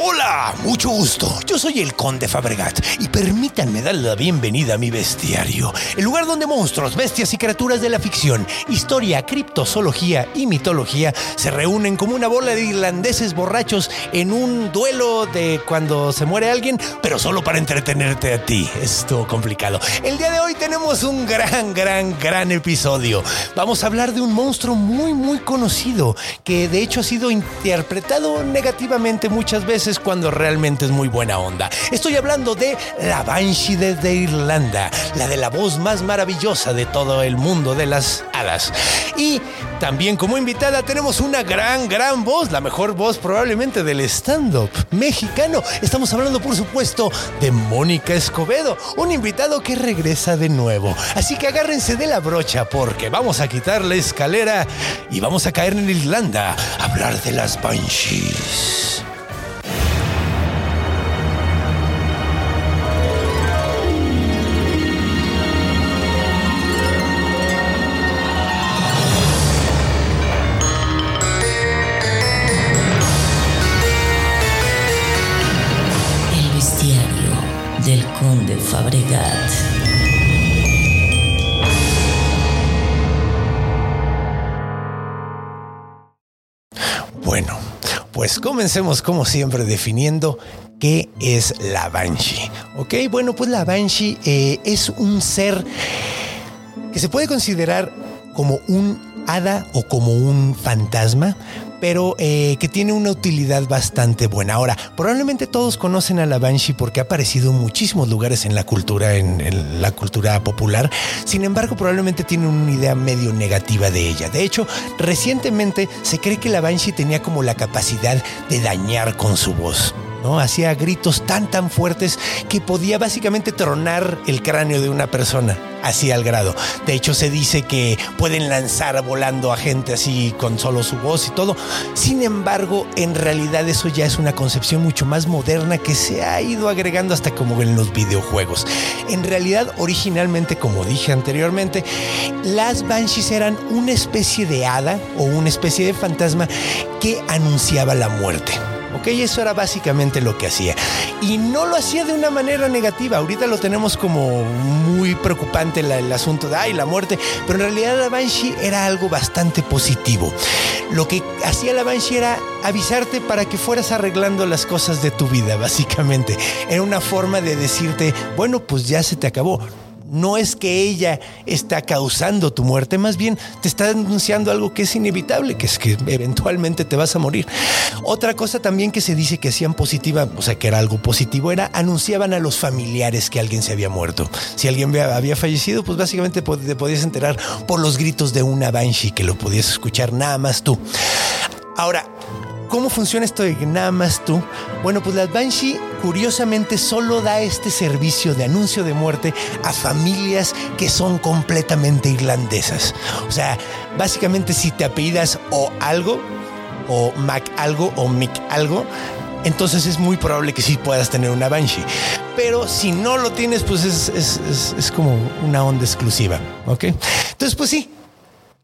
Hola, mucho gusto. Yo soy el Conde Fabregat y permítanme dar la bienvenida a mi bestiario, el lugar donde monstruos, bestias y criaturas de la ficción, historia, criptozoología y mitología se reúnen como una bola de irlandeses borrachos en un duelo de cuando se muere alguien, pero solo para entretenerte a ti. Esto complicado. El día de hoy tenemos un gran, gran, gran episodio. Vamos a hablar de un monstruo muy, muy conocido que de hecho ha sido interpretado negativamente muchas veces cuando realmente es muy buena onda. Estoy hablando de la Banshee de, de Irlanda, la de la voz más maravillosa de todo el mundo de las hadas. Y también como invitada tenemos una gran, gran voz, la mejor voz probablemente del stand-up mexicano. Estamos hablando, por supuesto, de Mónica Escobedo, un invitado que regresa de nuevo. Así que agárrense de la brocha porque vamos a quitar la escalera y vamos a caer en Irlanda a hablar de las Banshees. El bestiario del conde Fabregat. Bueno, pues comencemos como siempre definiendo qué es la Banshee. Ok, bueno, pues la Banshee eh, es un ser que se puede considerar como un hada o como un fantasma, pero eh, que tiene una utilidad bastante buena. Ahora, probablemente todos conocen a la Banshee porque ha aparecido en muchísimos lugares en la cultura, en, en la cultura popular. Sin embargo, probablemente tiene una idea medio negativa de ella. De hecho, recientemente se cree que la Banshee tenía como la capacidad de dañar con su voz. ¿no? Hacía gritos tan tan fuertes que podía básicamente tronar el cráneo de una persona, así al grado. De hecho, se dice que pueden lanzar volando a gente así con solo su voz y todo. Sin embargo, en realidad eso ya es una concepción mucho más moderna que se ha ido agregando hasta como en los videojuegos. En realidad, originalmente, como dije anteriormente, las Banshees eran una especie de hada o una especie de fantasma que anunciaba la muerte. ¿ok? Eso era básicamente lo que hacía. Y no lo hacía de una manera negativa. Ahorita lo tenemos como muy preocupante la- el asunto de, ay, la muerte. Pero en realidad la Banshee era algo bastante positivo. Lo que hacía la Banshee era avisarte para que fueras arreglando las cosas de tu vida, básicamente. Era una forma de decirte, bueno, pues ya se te acabó. No es que ella está causando tu muerte, más bien te está anunciando algo que es inevitable, que es que eventualmente te vas a morir. Otra cosa también que se dice que hacían positiva, o sea, que era algo positivo, era anunciaban a los familiares que alguien se había muerto. Si alguien había había fallecido, pues básicamente pod- te podías enterar por los gritos de una banshee que lo podías escuchar nada más tú. Ahora, ¿cómo funciona esto de que nada más tú? Bueno, pues las Banshee curiosamente solo da este servicio de anuncio de muerte a familias que son completamente irlandesas. O sea, básicamente si te apellidas o algo, o Mac algo, o Mick algo, entonces es muy probable que sí puedas tener una Banshee. Pero si no lo tienes, pues es, es- es- es como una onda exclusiva, ¿ok? Entonces, pues sí,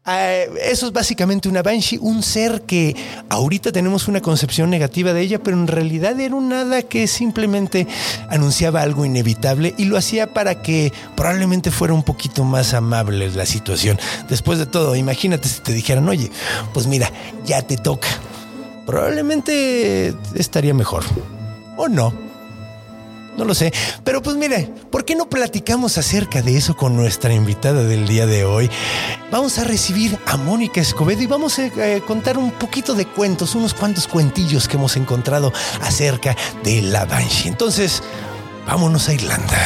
eh, eso es básicamente una banshee, un ser que ahorita tenemos una concepción negativa de ella, pero en realidad era un hada que simplemente anunciaba algo inevitable y lo hacía para que probablemente fuera un poquito más amable la situación. Después de todo, imagínate si te dijeran, oye, pues mira, ya te toca. Probablemente estaría mejor. ¿O no? No lo sé. Pero pues mire, ¿por qué no platicamos acerca de eso con nuestra invitada del día de hoy? Vamos a recibir a Mónica Escobedo y vamos a eh, contar un poquito de cuentos, unos cuantos cuentillos que hemos encontrado acerca de la Banshee. Entonces, vámonos a Irlanda.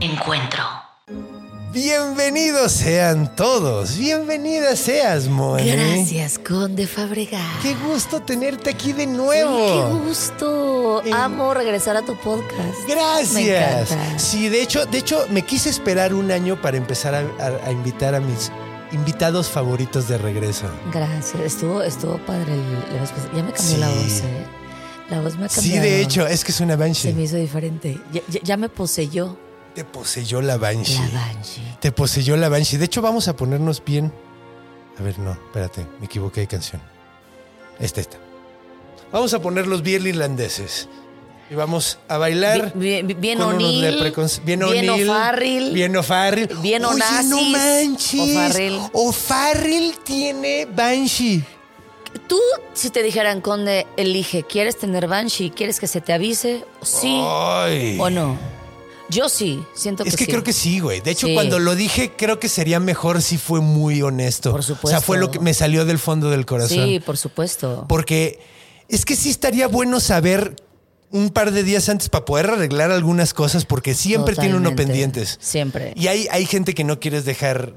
Encuentro. Bienvenidos sean todos. Bienvenida seas, Moni. Gracias, Conde Fabregat. Qué gusto tenerte aquí de nuevo. Qué gusto. Eh, Amo regresar a tu podcast. Gracias. Me encanta. Sí, de hecho, de hecho, me quise esperar un año para empezar a, a- a invitar a mis invitados favoritos de regreso. Gracias. Estuvo, estuvo padre. el- la voz. Ya me cambió la Sí. voz, ¿eh? La voz me ha cambiado. Sí, de hecho, es que es una Se me Banshee. hizo diferente. Ya, ya- ya me poseyó Te poseyó la Banshee. la Banshee. Te poseyó la Banshee. De hecho, vamos a ponernos bien. A ver, no, espérate, me equivoqué de canción. Esta, esta. Vamos a ponerlos bien irlandeses. Y vamos a bailar. Bien, bien, bien con unos O'Neill, leprechauns. Bien bien O'Neill. O'Farrill, Bien O'Farrill. bien Oye, Onassis, no manches. O'Farrill. O'Farrill tiene Banshee. Tú, si te dijeran, Conde, elige, ¿quieres tener Banshee? ¿Quieres que se te avise? Sí Ay. o no. Yo sí, siento que Es que sí. creo que sí, güey. De hecho, Sí. cuando lo dije, creo que sería mejor si fue muy honesto. Por O sea, supuesto. fue lo que me salió del fondo del corazón. Sí, por supuesto. Porque es que sí estaría bueno saber un par de días antes para poder arreglar algunas cosas, porque siempre tiene uno Totalmente. pendientes. Siempre. Y hay, hay gente que no quieres dejar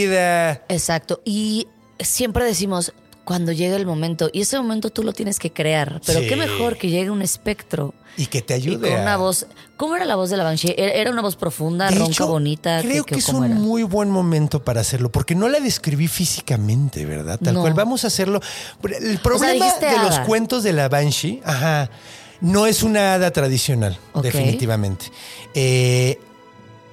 desvalida. Exacto. Y siempre decimos cuando llega el momento, y ese momento tú lo tienes que crear. Pero Sí. qué mejor que llegue un espectro Y que te y ayude. con una a- voz. ¿Cómo era la voz de la Banshee? Era era una voz profunda, De ronca, hecho, bonita. ¿Qué- Creo qué- que es cómo un era? muy buen momento para hacerlo, porque no la describí físicamente, ¿verdad? Tal No. cual, vamos a hacerlo. El problema dijiste de los hada. cuentos de la Banshee, ajá, no es una hada tradicional, Ok. definitivamente. Eh,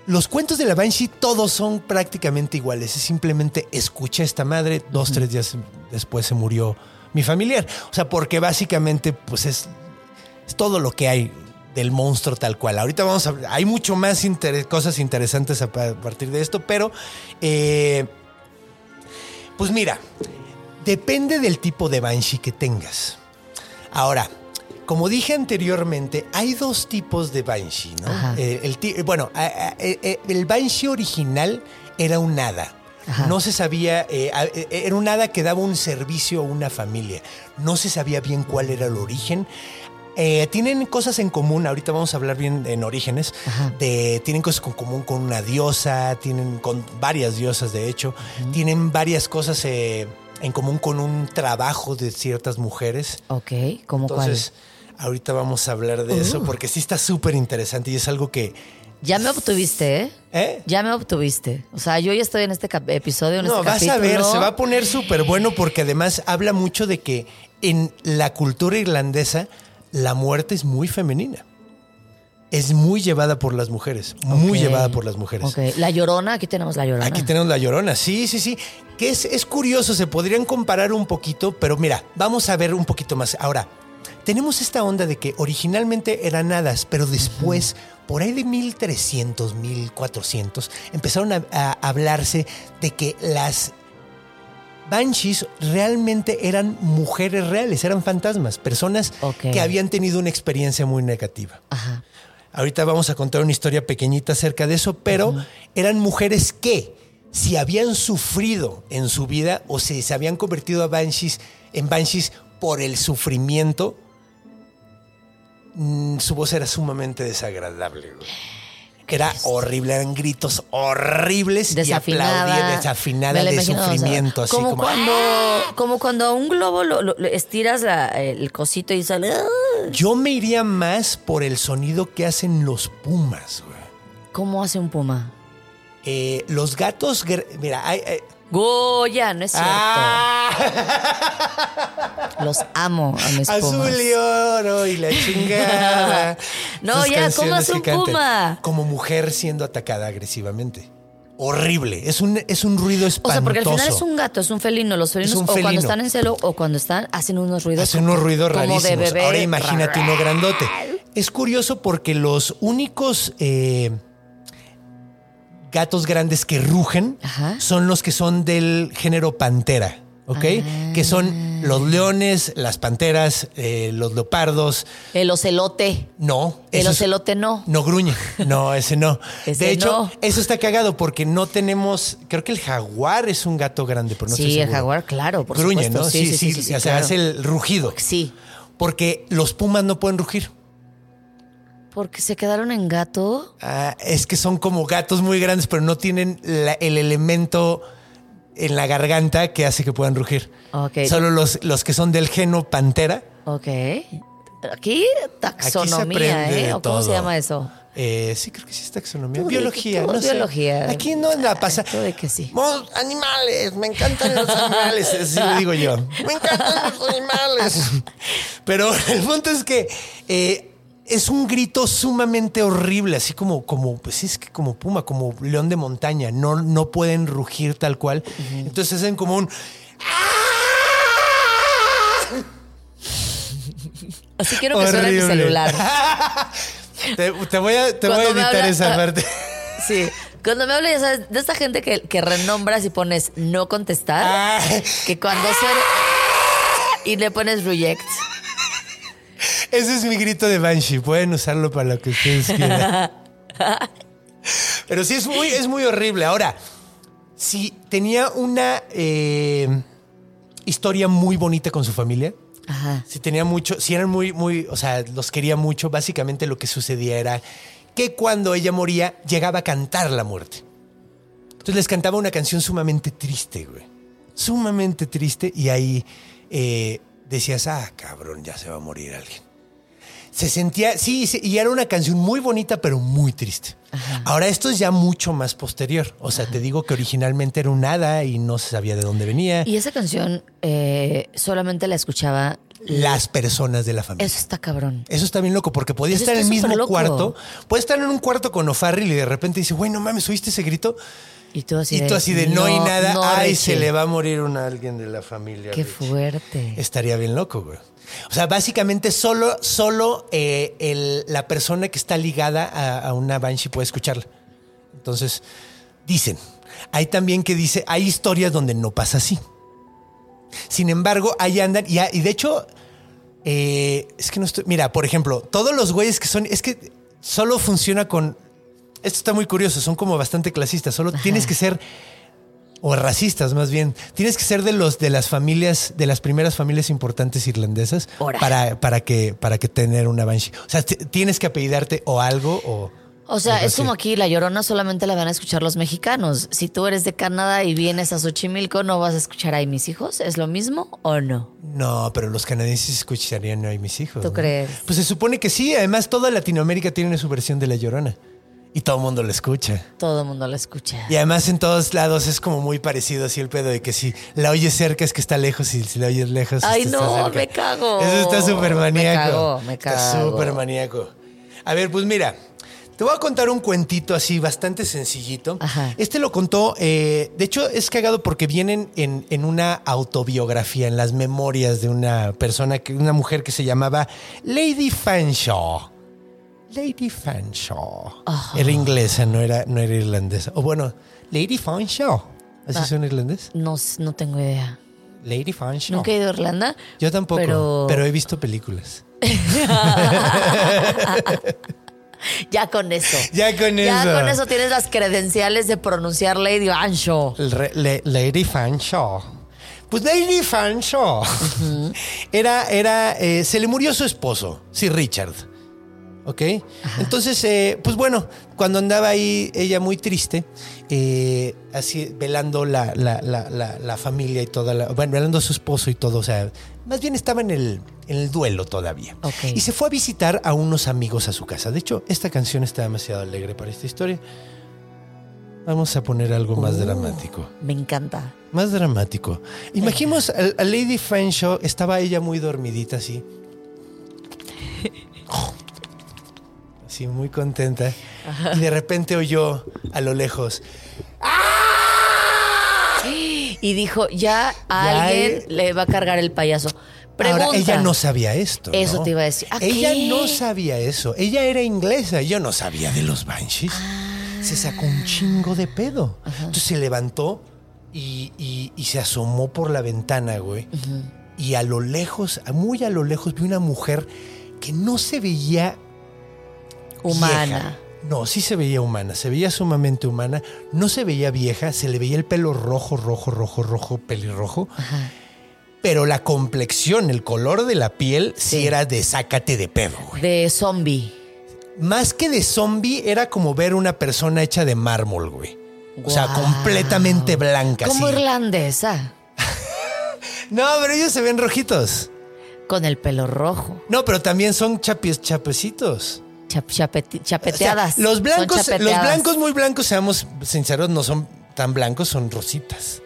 los cuentos de la Banshee todos son prácticamente iguales. Es simplemente escuché a esta madre, dos, tres días después se murió mi familiar. O sea, porque básicamente, pues es, es todo lo que hay del monstruo tal cual. Ahorita vamos a. Hay mucho más inter- cosas interesantes a, pa- a partir de esto, pero. eh, pues mira, depende del tipo de Banshee que tengas. Ahora, como dije anteriormente, hay dos tipos de Banshee, ¿no? Ajá. Eh, el ti- bueno, a- a- eh, eh, el Banshee original era un hada. Ajá. No se sabía, eh, a- eh, era un hada que daba un servicio a una familia. No se sabía bien cuál era el origen. Eh, tienen cosas en común, ahorita vamos a hablar bien en orígenes, Ajá. de- tienen cosas en común con una diosa, tienen con varias diosas de hecho, tienen varias cosas eh, en común con un trabajo de ciertas mujeres. Ok, ¿cómo cuál? Uh. Entonces, ahorita vamos a hablar de eso porque sí está súper interesante y es algo que... Ya me obtuviste, ¿eh? ¿eh? Ya me obtuviste. O sea, yo ya estoy en este cap- episodio, en No, este vas capítulo. a ver, se va a poner súper bueno porque además habla mucho de que en la cultura irlandesa la muerte es muy femenina. Es muy llevada por las mujeres, muy Ok. llevada por las mujeres. Ok, La Llorona, aquí tenemos La Llorona. Aquí tenemos la llorona, sí, sí, sí. Que es, es curioso, se podrían comparar un poquito, pero mira, vamos a ver un poquito más. Ahora, tenemos esta onda de que originalmente eran hadas, pero después, por ahí de 1300, 1400, empezaron a, a hablarse de que las banshees realmente eran mujeres reales, eran fantasmas, personas Ok. que habían tenido una experiencia muy negativa. Ajá. Ahorita vamos a contar una historia pequeñita acerca de eso, pero eran mujeres que, si habían sufrido en su vida o si se habían convertido a banshees, en banshees por el sufrimiento, mm, su voz era sumamente desagradable. güey. Era horrible, eran gritos horribles Desafinada. y aplaudían desafinada Me la de imagino, o sea, sufrimiento. así como, "¡Ah!". cuando, como cuando a un globo lo, lo- lo estiras la- el cosito y sale. ¡ah! Yo me iría más por el sonido que hacen los pumas, güey. ¿Cómo hace un puma? Eh, los gatos, gr- mira, ah, hay, hay- Goya, no es cierto. ¡Ah! Los amo a mis pumas. Azul y oro y la chingada. No, Esas ya, ¿cómo canciones hace que un cantan. puma? Como mujer siendo atacada agresivamente. Horrible. Es un, es un ruido O espantoso. sea, porque al final es un gato, es un felino. Los felinos, un o felino. cuando están en celo o cuando están, hacen unos ruidos. Hace unos ruidos como rarísimos. de bebé. Ahora imagínate uno grandote. Es curioso porque los únicos eh, gatos grandes que rugen Ajá. son los que son del género pantera, ¿ok? Ah. Que son los leones, las panteras, eh, los leopardos. El ocelote. No. El esos- ocelote no. No gruñe. No, ese no. Ese de hecho, no. eso está cagado porque no tenemos. Creo que el jaguar es un gato grande, pero no estoy sí, el seguro. jaguar, claro, por gruñe, supuesto. ¿no? Sí, sí, o sea, claro. hace el rugido. Sí. Porque los pumas no pueden rugir. Porque se quedaron en gato. Ah, es que son como gatos muy grandes, pero no tienen la- el elemento en la garganta que hace que puedan rugir. Ok. Solo los, los que son del geno pantera. Ok. Aquí taxonomía, aprende de ¿eh? ¿O ¿Cómo todo. se llama eso? Eh, sí, creo que sí es taxonomía. Tú di que- Biología, tú no sé. biología. Aquí no anda pasa. Tú di que sí. "Mo- Animales, me encantan los animales. Así le digo yo. Me encantan los animales. Pero el punto es que eh, es un grito sumamente horrible, así como, como, pues sí, es que como puma, como león de montaña. No, no pueden rugir tal cual. Entonces hacen como un. ¡Ah! Así quiero que suene mi Horrible. celular. Te, te voy a, te voy a Cuando me editar habla- esa ah. parte. Sí. Cuando me hablas, ya sabes, de esta gente que, que renombras y pones no contestar, Ah. que cuando suene. Y le pones reject. Ese es mi grito de Banshee. Pueden usarlo para lo que ustedes quieran. Pero sí, es muy, es muy horrible. Ahora, si tenía una eh, historia muy bonita con su familia, Ajá. si tenía mucho, si eran muy, muy, o sea, los quería mucho, básicamente lo que sucedía era que cuando ella moría, llegaba a cantar la muerte. Entonces les cantaba una canción sumamente triste, güey. Sumamente triste. Y ahí eh, decías, ah, cabrón, ya se va a morir alguien. Se sentía, sí, sí, y era una canción muy bonita, pero muy triste. Ahora esto es ya mucho más posterior. O sea, te digo que originalmente era un hada y no se sabía de dónde venía. Y esa canción eh, solamente la escuchaba. Las personas de la familia. Eso está cabrón. Eso está bien loco, porque podía Eso estar en el está mismo superloco. cuarto. Puede estar en un cuarto con O'Farrill y de repente dice, güey, no mames, ¿oíste ese grito? Y tú así y de. tú así de no, hay nada. no, Ay, Richie". se le va a morir una, alguien de la familia. Qué Richie". fuerte. Estaría bien loco, güey. O sea, básicamente solo, solo eh, el- la persona que está ligada a, a una Banshee puede escucharla. Entonces, dicen. Hay también que dice, hay historias donde no pasa así. Sin embargo, ahí andan y, a- y de hecho, eh, es que no estoy. Mira, por ejemplo, todos los güeyes que son. Es que solo funciona con. Esto está muy curioso, son como bastante clasistas. Solo tienes que ser. O racistas, más bien. Tienes que ser de los de las familias, de las primeras familias importantes irlandesas Ora. para, para que para que tener una banshee. O sea, t- tienes que apellidarte o algo o. O sea, algo es así. como aquí, la llorona solamente la van a escuchar los mexicanos. Si tú eres de Canadá y vienes a Xochimilco, ¿no vas a escuchar ahí mis hijos? ¿Es lo mismo o no? No, pero los canadienses escucharían hoy mis hijos. ¿Tú ¿no? crees? Pues se supone que sí. Además, toda Latinoamérica tiene su versión de La Llorona. Y todo el mundo la escucha. Todo el mundo la escucha. Y además en todos lados es como muy parecido así el pedo de que si la oyes cerca es que está lejos y si la oyes lejos. Ay, es que está no, cerca. me cago. Eso está súper Me maníaco. cago, me Está cago. súper maníaco. A ver, pues mira, te voy a contar un cuentito así bastante sencillito. Ajá. Este lo contó, eh, de hecho es cagado porque vienen en, en una autobiografía, en las memorias de una persona, que, una mujer que se llamaba Lady Fanshawe. Lady Fanshawe. Era inglesa, no era, no era irlandesa. O bueno, Lady Fanshawe. ¿Así son irlandés? No, s- no tengo idea. Lady Fanshawe. Nunca he ido a Irlanda. Yo tampoco, Pero, pero he visto películas. ya con eso. Ya con Ya eso. con eso tienes las credenciales de pronunciar Lady Ancho. El re- le- Lady Fanshawe. Pues Lady Fanshawe. Era, era, eh, se le murió su esposo, Sir Richard. ¿Ok? Entonces, eh, pues bueno, cuando andaba ahí ella muy triste, eh, así velando la, la- la- la- la familia y toda la. Bueno, velando a su esposo y todo, o sea, más bien estaba en el, en el duelo todavía. Ok. Y se fue a visitar a unos amigos a su casa. De hecho, esta canción está demasiado alegre para esta historia. Vamos a poner algo más dramático. Me encanta. Más dramático. Imaginemos a, a Lady Fanshawe, estaba ella muy dormidita así. Así, muy contenta. Y de repente oyó a lo lejos. Y dijo, ya a Ya alguien hay- le va a cargar el payaso. Pregunta. Ahora, ella no sabía esto. Eso ¿no? te iba a decir. ¿Ah, ella qué? no sabía eso. Ella era inglesa. Yo no sabía de los banshees. Ah. Se sacó un chingo de pedo. Entonces se levantó y, y- y se asomó por la ventana, güey. Y a lo lejos, muy a lo lejos, vi una mujer que no se veía humana. vieja. No, sí se veía humana, se veía sumamente humana, no se veía vieja, se le veía el pelo rojo, rojo, rojo, rojo, pelirrojo. Pero la complexión, el color de la piel, sí, Sí. era de sácate de pedo, güey. De zombie. más que de zombie, era como ver una persona hecha de mármol, güey. O sea, Guau. completamente blanca. Como así. irlandesa, No, pero ellos se ven rojitos. con el pelo rojo, No, pero también son chapes, chapecitos. chap- chapeti- O sea, chapeteadas. los son blancos, eh, los chapeteadas. blancos muy blancos, seamos sinceros, no son tan blancos, son rositas.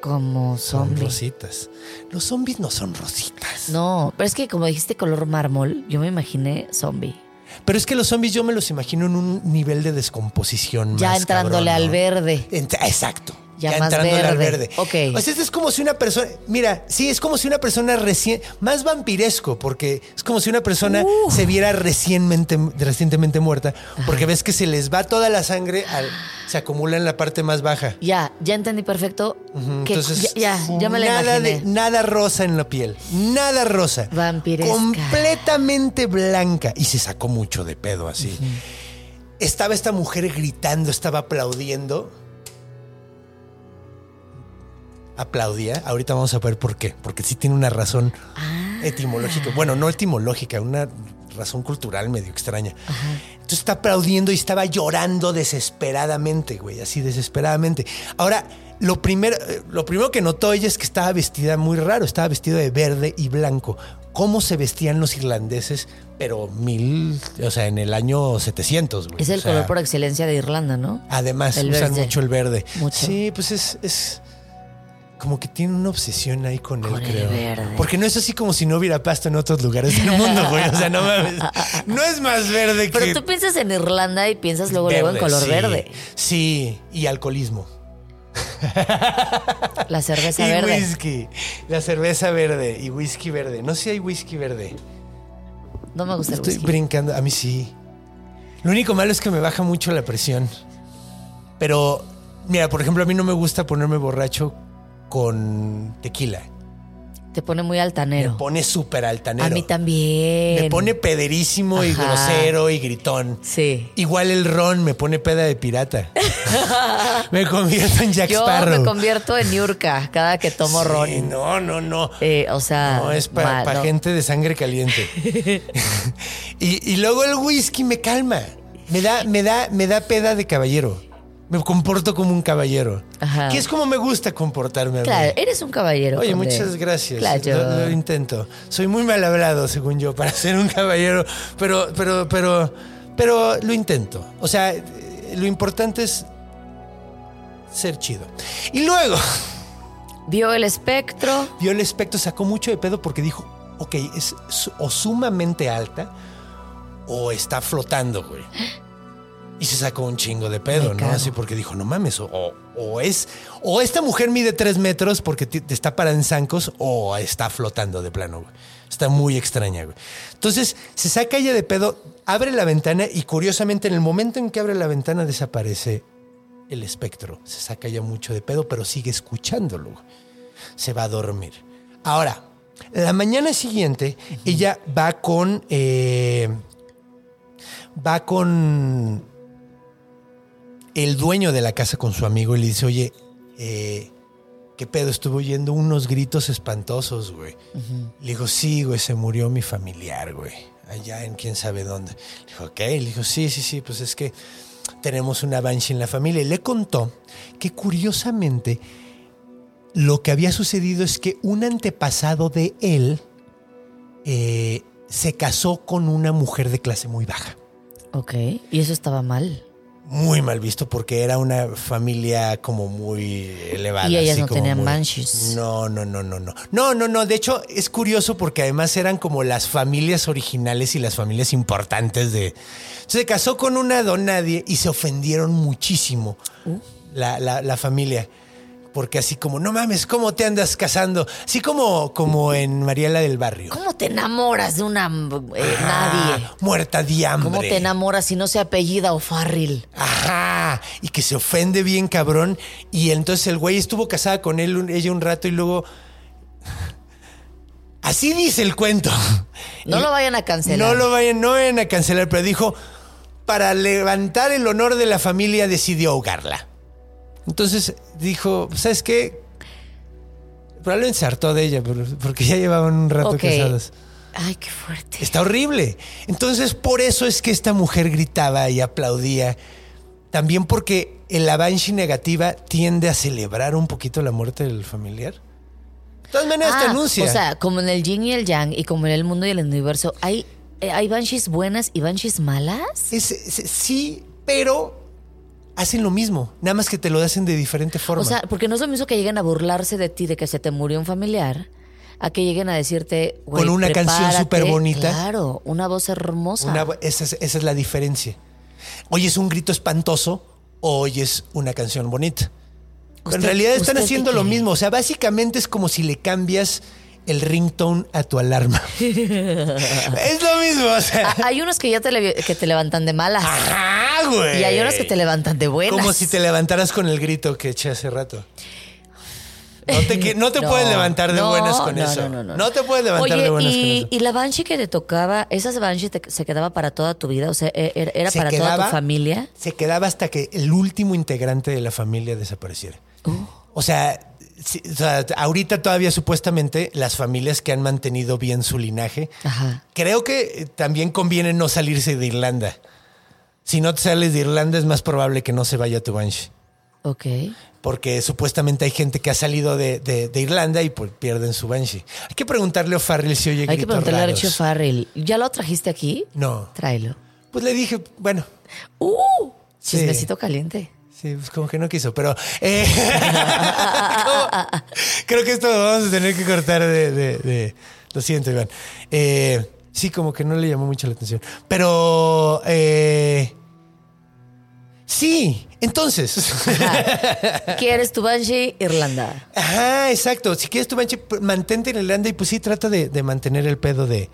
Como Son zombies. rositas. Los zombies no son rositas. No, pero es que como dijiste color mármol, yo me imaginé zombie. Pero es que los zombies yo me los imagino en un nivel de descomposición Ya más entrándole cabrón, al ¿no? verde. Ent- Exacto. Ya más entrándole verde. Ok. O sea, esto es como si una persona. Mira, sí, es como si una persona recién. Más vampiresco, porque es como si una persona se viera recientemente, recientemente muerta, porque ves que se les va toda la sangre, al- se acumula en la parte más baja. Ya, ya entendí perfecto. Ujú, que- Entonces, ya, ya, ya me la nada imaginé. de- nada rosa en la piel. Nada rosa. Vampiresca. Completamente blanca. Y se sacó mucho de pedo así. Estaba esta mujer gritando, estaba aplaudiendo. Aplaudía. Ahorita vamos a ver por qué. Porque sí tiene una razón Ah. etimológica. Bueno, no etimológica, una razón cultural medio extraña. Entonces está aplaudiendo y estaba llorando desesperadamente, güey, así desesperadamente. Ahora, lo primero, eh, lo primero que notó ella es que estaba vestida muy raro, estaba vestida de verde y blanco. ¿Cómo se vestían los irlandeses? Pero mil, o sea, en el año 700, güey. Es el O sea, color por excelencia de Irlanda, ¿no? Además, El usan verde. mucho el verde. Mucho. Sí, pues es, es como que tiene una obsesión ahí con, Con él, el creo. verde. Porque no es así como si no hubiera pasto en otros lugares del mundo, güey. O sea, no mames. No es más verde que. Pero tú piensas en Irlanda y piensas luego, luego en verde, color sí. verde. Sí, y alcoholismo. La cerveza y verde. whisky. La cerveza verde y whisky verde. No sé si hay whisky verde. No me gusta el Estoy whisky. brincando. A mí sí. Lo único malo es que me baja mucho la presión. Pero, mira, por ejemplo, a mí no me gusta ponerme borracho con tequila. Te pone muy Me altanero. pone súper altanero. A mí también. Me pone pederísimo y Ajá. grosero y gritón. Sí. Igual el ron me pone peda de pirata. me convierto en Jack Yo Sparrow. me convierto en Yurka cada que tomo Sí, ron. No, no, no. Eh, o sea, No, es para mal, no. gente de sangre caliente. y, y luego el whisky me calma. Me da, me da, me da peda de caballero. Me comporto como un caballero. Ajá. Que es como me gusta comportarme a mí. Claro, eres un caballero. Oye, conde. muchas gracias. Claro. Lo, lo intento. Soy muy mal hablado, según yo, para ser un caballero, pero, pero, pero, pero lo intento. O sea, eh, lo importante es ser chido. Y luego, Vio el espectro. vio el espectro, sacó mucho de pedo porque dijo, ok, es su- o sumamente alta o está flotando, güey. Y se sacó un chingo de pedo, Me ¿no? cago. Así porque dijo, no mames, o, o- o es, o esta mujer mide tres metros porque te, te está parada en zancos o está flotando de plano, güey. Está muy extraña, güey. Entonces se saca ella de pedo, abre la ventana y curiosamente en el momento en que abre la ventana desaparece el espectro. Se saca ya mucho de pedo, pero sigue escuchándolo. güey. Se va a dormir. Ahora, la mañana siguiente, ella va con. eh, va con el dueño de la casa con su amigo y le dice, oye, eh, ¿qué pedo? Estuve oyendo unos gritos espantosos, güey. Le dijo, sí, güey, se murió mi familiar, güey. Allá en quién sabe dónde. Le dijo, ok. Le dijo, sí, sí, sí, pues es que tenemos una banshee en la familia. Y le contó que curiosamente lo que había sucedido es que un antepasado de él eh, se casó con una mujer de clase muy baja Ok. Y eso estaba mal. muy mal visto porque era una familia como muy elevada. Y ellas así no como tenían muy- banshees. No, no, no, no, no. No, no, no. De hecho, es curioso porque además eran como las familias originales y las familias importantes de... Se casó con una don nadie y se ofendieron muchísimo Uh. la, la- la familia. Porque así como, no mames, ¿cómo te andas casando? Así como, como en Mariela del Barrio. ¿Cómo te enamoras de una eh, nadie? Ah, muerta de hambre. ¿Cómo te enamoras si no se apellida O'Farrill? Ajá, y que se ofende bien cabrón. Y entonces el güey estuvo casada con él, un- ella un rato y luego... Así dice el cuento. No lo vayan a cancelar. No lo vayan, no vayan a cancelar, pero dijo, para levantar el honor de la familia decidió ahogarla. Entonces dijo, ¿sabes qué? Probablemente se hartó de ella, pero- porque ya llevaban un rato Ok. casados. Ay, qué fuerte. Está horrible. Entonces, por eso es que esta mujer gritaba y aplaudía. También porque la Banshee negativa tiende a celebrar un poquito la muerte del familiar. De todas maneras, te Ah, anuncia. O sea, como en el yin y el yang y como en el mundo y el universo, hay, eh, hay banshees buenas y banshees malas. Es- es- sí, pero hacen lo mismo. Nada más que te lo hacen de diferente forma. O sea, porque no es lo mismo que lleguen a burlarse de ti de que se te murió un familiar. A que lleguen a decirte, güey, Con una canción prepárate. superbonita. Claro, una voz hermosa. Una- esa, es, esa es la diferencia. Oyes un grito espantoso o oyes una canción bonita. Pero en Usted- realidad están usted haciendo qué lo cree. mismo. O sea, básicamente es como si le cambias el ringtone a tu alarma. es lo mismo. O sea, Ah, Hay unos que ya te, le- que te levantan de malas ajá, Ah, güey. y hay unos que te levantan de buenas. Como si te levantaras con el grito que eché hace rato. No te, que- no te No, puedes levantar de no, buenas con no, eso. no, no, no. te puedes levantar Oye, de buenas y, con eso. y la banshee que te tocaba, esas banshee te- se quedaba para toda tu vida, o sea, e- era, era Se para toda quedaba- tu familia. se quedaba hasta que el último integrante de la familia desapareciera. O, sea, sí, o sea, ahorita todavía supuestamente las familias que han mantenido bien su linaje, Ajá. creo que eh, también conviene no salirse de Irlanda. Si no te sales de Irlanda es más probable que no se vaya tu Banshee. Ok. Porque supuestamente hay gente que ha salido de, de- de Irlanda y pues, pierden su Banshee. Hay que preguntarle a Farrell si oye Hay que gritos preguntarle a raros. Richie Farrell, ¿ya lo trajiste aquí? No. Tráelo. Pues le dije, bueno, ¡Uh! Sí. Chismecito caliente. Sí, pues como que no quiso, pero eh, como- creo que esto lo vamos a tener que cortar de... de- de- lo siento, Iván. Eh, sí, como que no le llamó mucho la atención. Pero... eh, sí, entonces... ¿Quieres tu Banshee? Irlanda. Ajá, exacto. Si quieres tu manche, mantente en Irlanda y pues sí, trata de, de mantener el pedo de,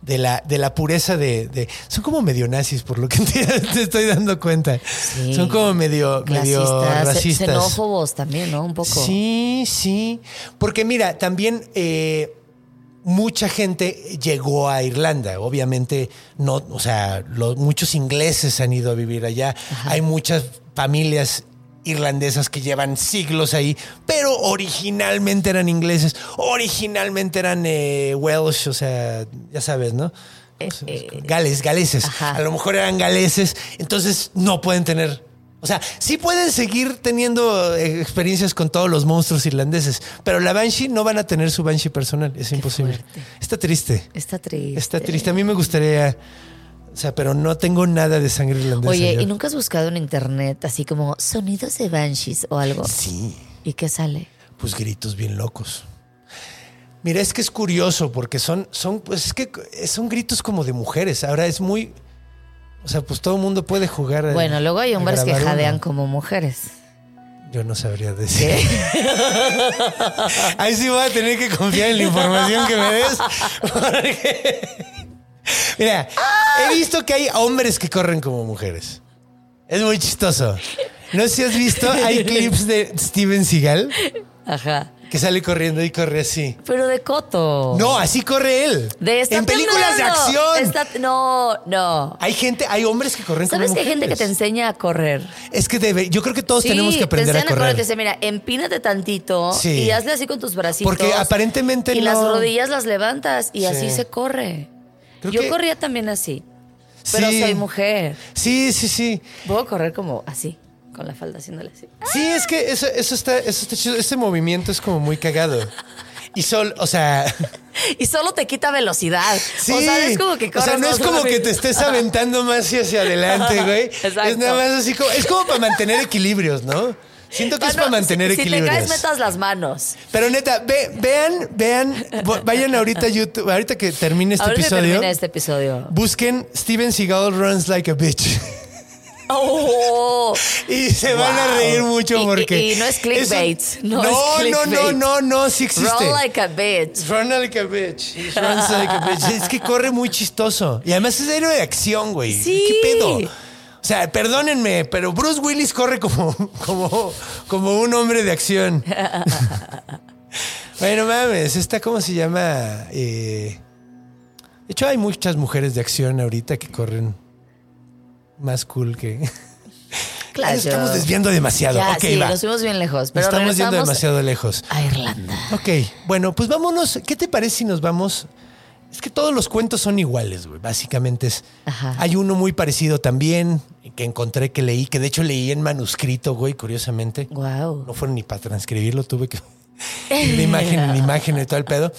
de, la, de la pureza de, de- Son como medio nazis, por lo que te, te estoy dando cuenta. Sí. Son como medio, medio Clasistas, racistas. se- xenófobos también, ¿no? Un poco. Sí, sí. Porque mira, también eh, mucha gente llegó a Irlanda. Obviamente, no, o sea, lo- muchos ingleses han ido a vivir allá. Hay muchas familias irlandesas que llevan siglos ahí, pero originalmente eran ingleses, originalmente eran eh, Welsh, o sea, ya sabes, ¿no? Pues, Gales, galeses. Eh, Ajá. A lo mejor eran galeses, entonces no pueden tener. O sea, sí pueden seguir teniendo eh, experiencias con todos los monstruos irlandeses, pero la Banshee no van a tener su Banshee personal. Es imposible. fuerte. Está triste. Está triste. Está triste. A mí me gustaría. O sea, pero no tengo nada de sangre irlandesa. Oye, yo. ¿y nunca has buscado en internet así como sonidos de Banshees o algo? Sí, ¿Y qué sale? pues gritos bien locos. Mira, es que es curioso porque son, son, pues es que son gritos como de mujeres. Ahora es muy. O sea, pues todo el mundo puede jugar. a- Bueno, luego hay a hombres que grabar uno. jadean como mujeres. Yo no sabría decir. Ahí sí voy a tener que confiar en la información que me des. porque- Mira, he visto que hay hombres que corren como mujeres. Es muy chistoso. No sé si has visto, hay clips de Steven Seagal Ajá. que sale corriendo y corre así. Pero de coto. No, así corre él. De estar en películas de temblando. acción. Está- no, no. Hay gente, hay hombres que corren ¿Sabes que como hay gente que te mujeres. enseña a correr? Es que debe, yo creo que todos tenemos que aprender te a enseñan correr. Te correr. dicen, mira, empínate tantito Sí. y hazle así con tus bracitos. Porque aparentemente Y las no- rodillas las levantas y Sí. así se corre. Creo Yo que- corría también así, pero Sí. soy mujer. Sí, sí, sí. Puedo correr como así, con la falda haciéndole así. Sí, es que eso, eso está, eso está chido. Este movimiento es como muy cagado. Y sol, o sea, Y solo te quita velocidad. sí. O sea, es como que O sea, corres no es más como que rápido. te estés aventando más y hacia adelante, güey. Exacto. Es nada más así como, es como para mantener equilibrios, ¿no? Siento que es Bueno, para pues, mantener Ah, si- equilibrios. Si te caes, metas las manos. Pero neta, ve- vean, vean, vo- vayan ahorita a YouTube, ahorita que termine este Ahorita episodio, termina este episodio. busquen Steven Seagal runs like a bitch. Oh. Y se van a Wow. reír mucho Y- y- porque. y no es un- clickbait, no no, no, es no, clickbait. no, no, sí existe. Roll like a bitch. Run like a bitch. It runs like a bitch. Es que corre muy chistoso. Y además es héroe de acción, güey. Sí. ¿Qué pedo? O sea, perdónenme, pero Bruce Willis corre como, como, como un hombre de acción. bueno, mames, esta, ¿cómo se llama? Eh, de hecho, hay muchas mujeres de acción ahorita que corren más cool que. Claro. Nos estamos desviando demasiado. Ya, ok, sí, va. nos fuimos bien lejos. Nos Pero estamos yendo regresamos demasiado lejos. a Irlanda. Ok, bueno, pues vámonos. ¿Qué te parece si nos vamos Es que todos los cuentos son iguales, güey. Básicamente es. Ajá. Hay uno muy parecido también que encontré, que leí, que de hecho leí en manuscrito, güey, curiosamente. Wow. No fueron ni para transcribirlo, tuve que. la imagen en imagen y todo el pedo.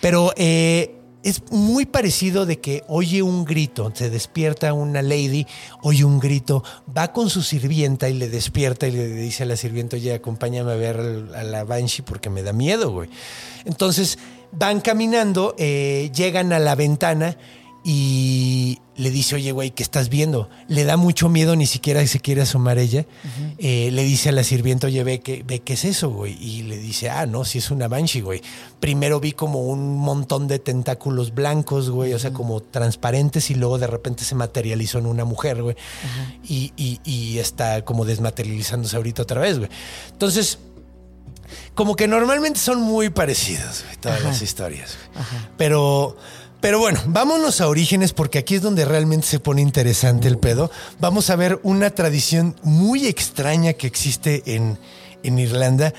Pero eh, es muy parecido de que oye un grito, se despierta una lady, oye un grito, va con su sirvienta y le despierta y le dice a la sirvienta, oye, acompáñame a ver al- a la Banshee porque me da miedo, güey. Entonces van caminando, eh, llegan a la ventana. Y le dice, oye, güey, ¿qué estás viendo? Le da mucho miedo, ni siquiera se quiere asomar ella. Eh, le dice a la sirvienta, oye, ve, que, ve qué es eso, güey. Y le dice, ah, no, si es una banshee, güey. Primero vi como un montón de tentáculos blancos, güey, o sea, como transparentes, y luego de repente se materializó en una mujer, güey. Y, y- y está como desmaterializándose ahorita otra vez, güey. Entonces, como que normalmente son muy parecidas güey, todas las historias. güey. Pero, pero bueno, vámonos a orígenes porque aquí es donde realmente se pone interesante el pedo. Vamos a ver una tradición muy extraña que existe en, en Irlanda,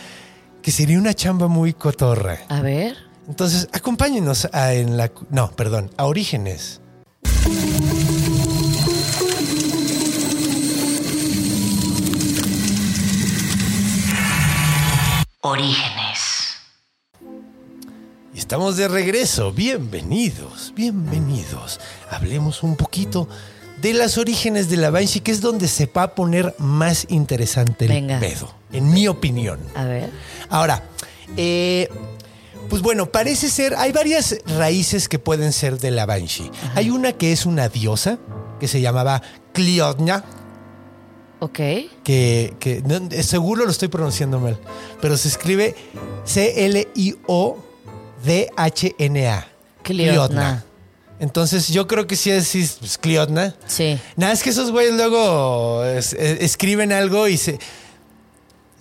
que sería una chamba muy cotorra. A ver. Entonces, acompáñenos a en la cu- no, perdón, a Orígenes. Orígenes. Y Estamos de regreso. Bienvenidos, bienvenidos. Hablemos un poquito de las orígenes de la Banshee, que es donde se va a poner más interesante el Venga. pedo, en mi opinión. A ver. Ahora, eh, pues bueno, parece ser, hay varias raíces que pueden ser de la Banshee. Hay una que es una diosa, que se llamaba Cliodna, Ok. que, que- no, eh, seguro lo estoy pronunciando mal, pero se escribe C-L-I-O-D-H-N-A. Cliodna. Entonces yo creo que sí es, sí es, pues, Cliodna. Sí. Nada, es que esos güeyes luego es- eh, escriben algo y se...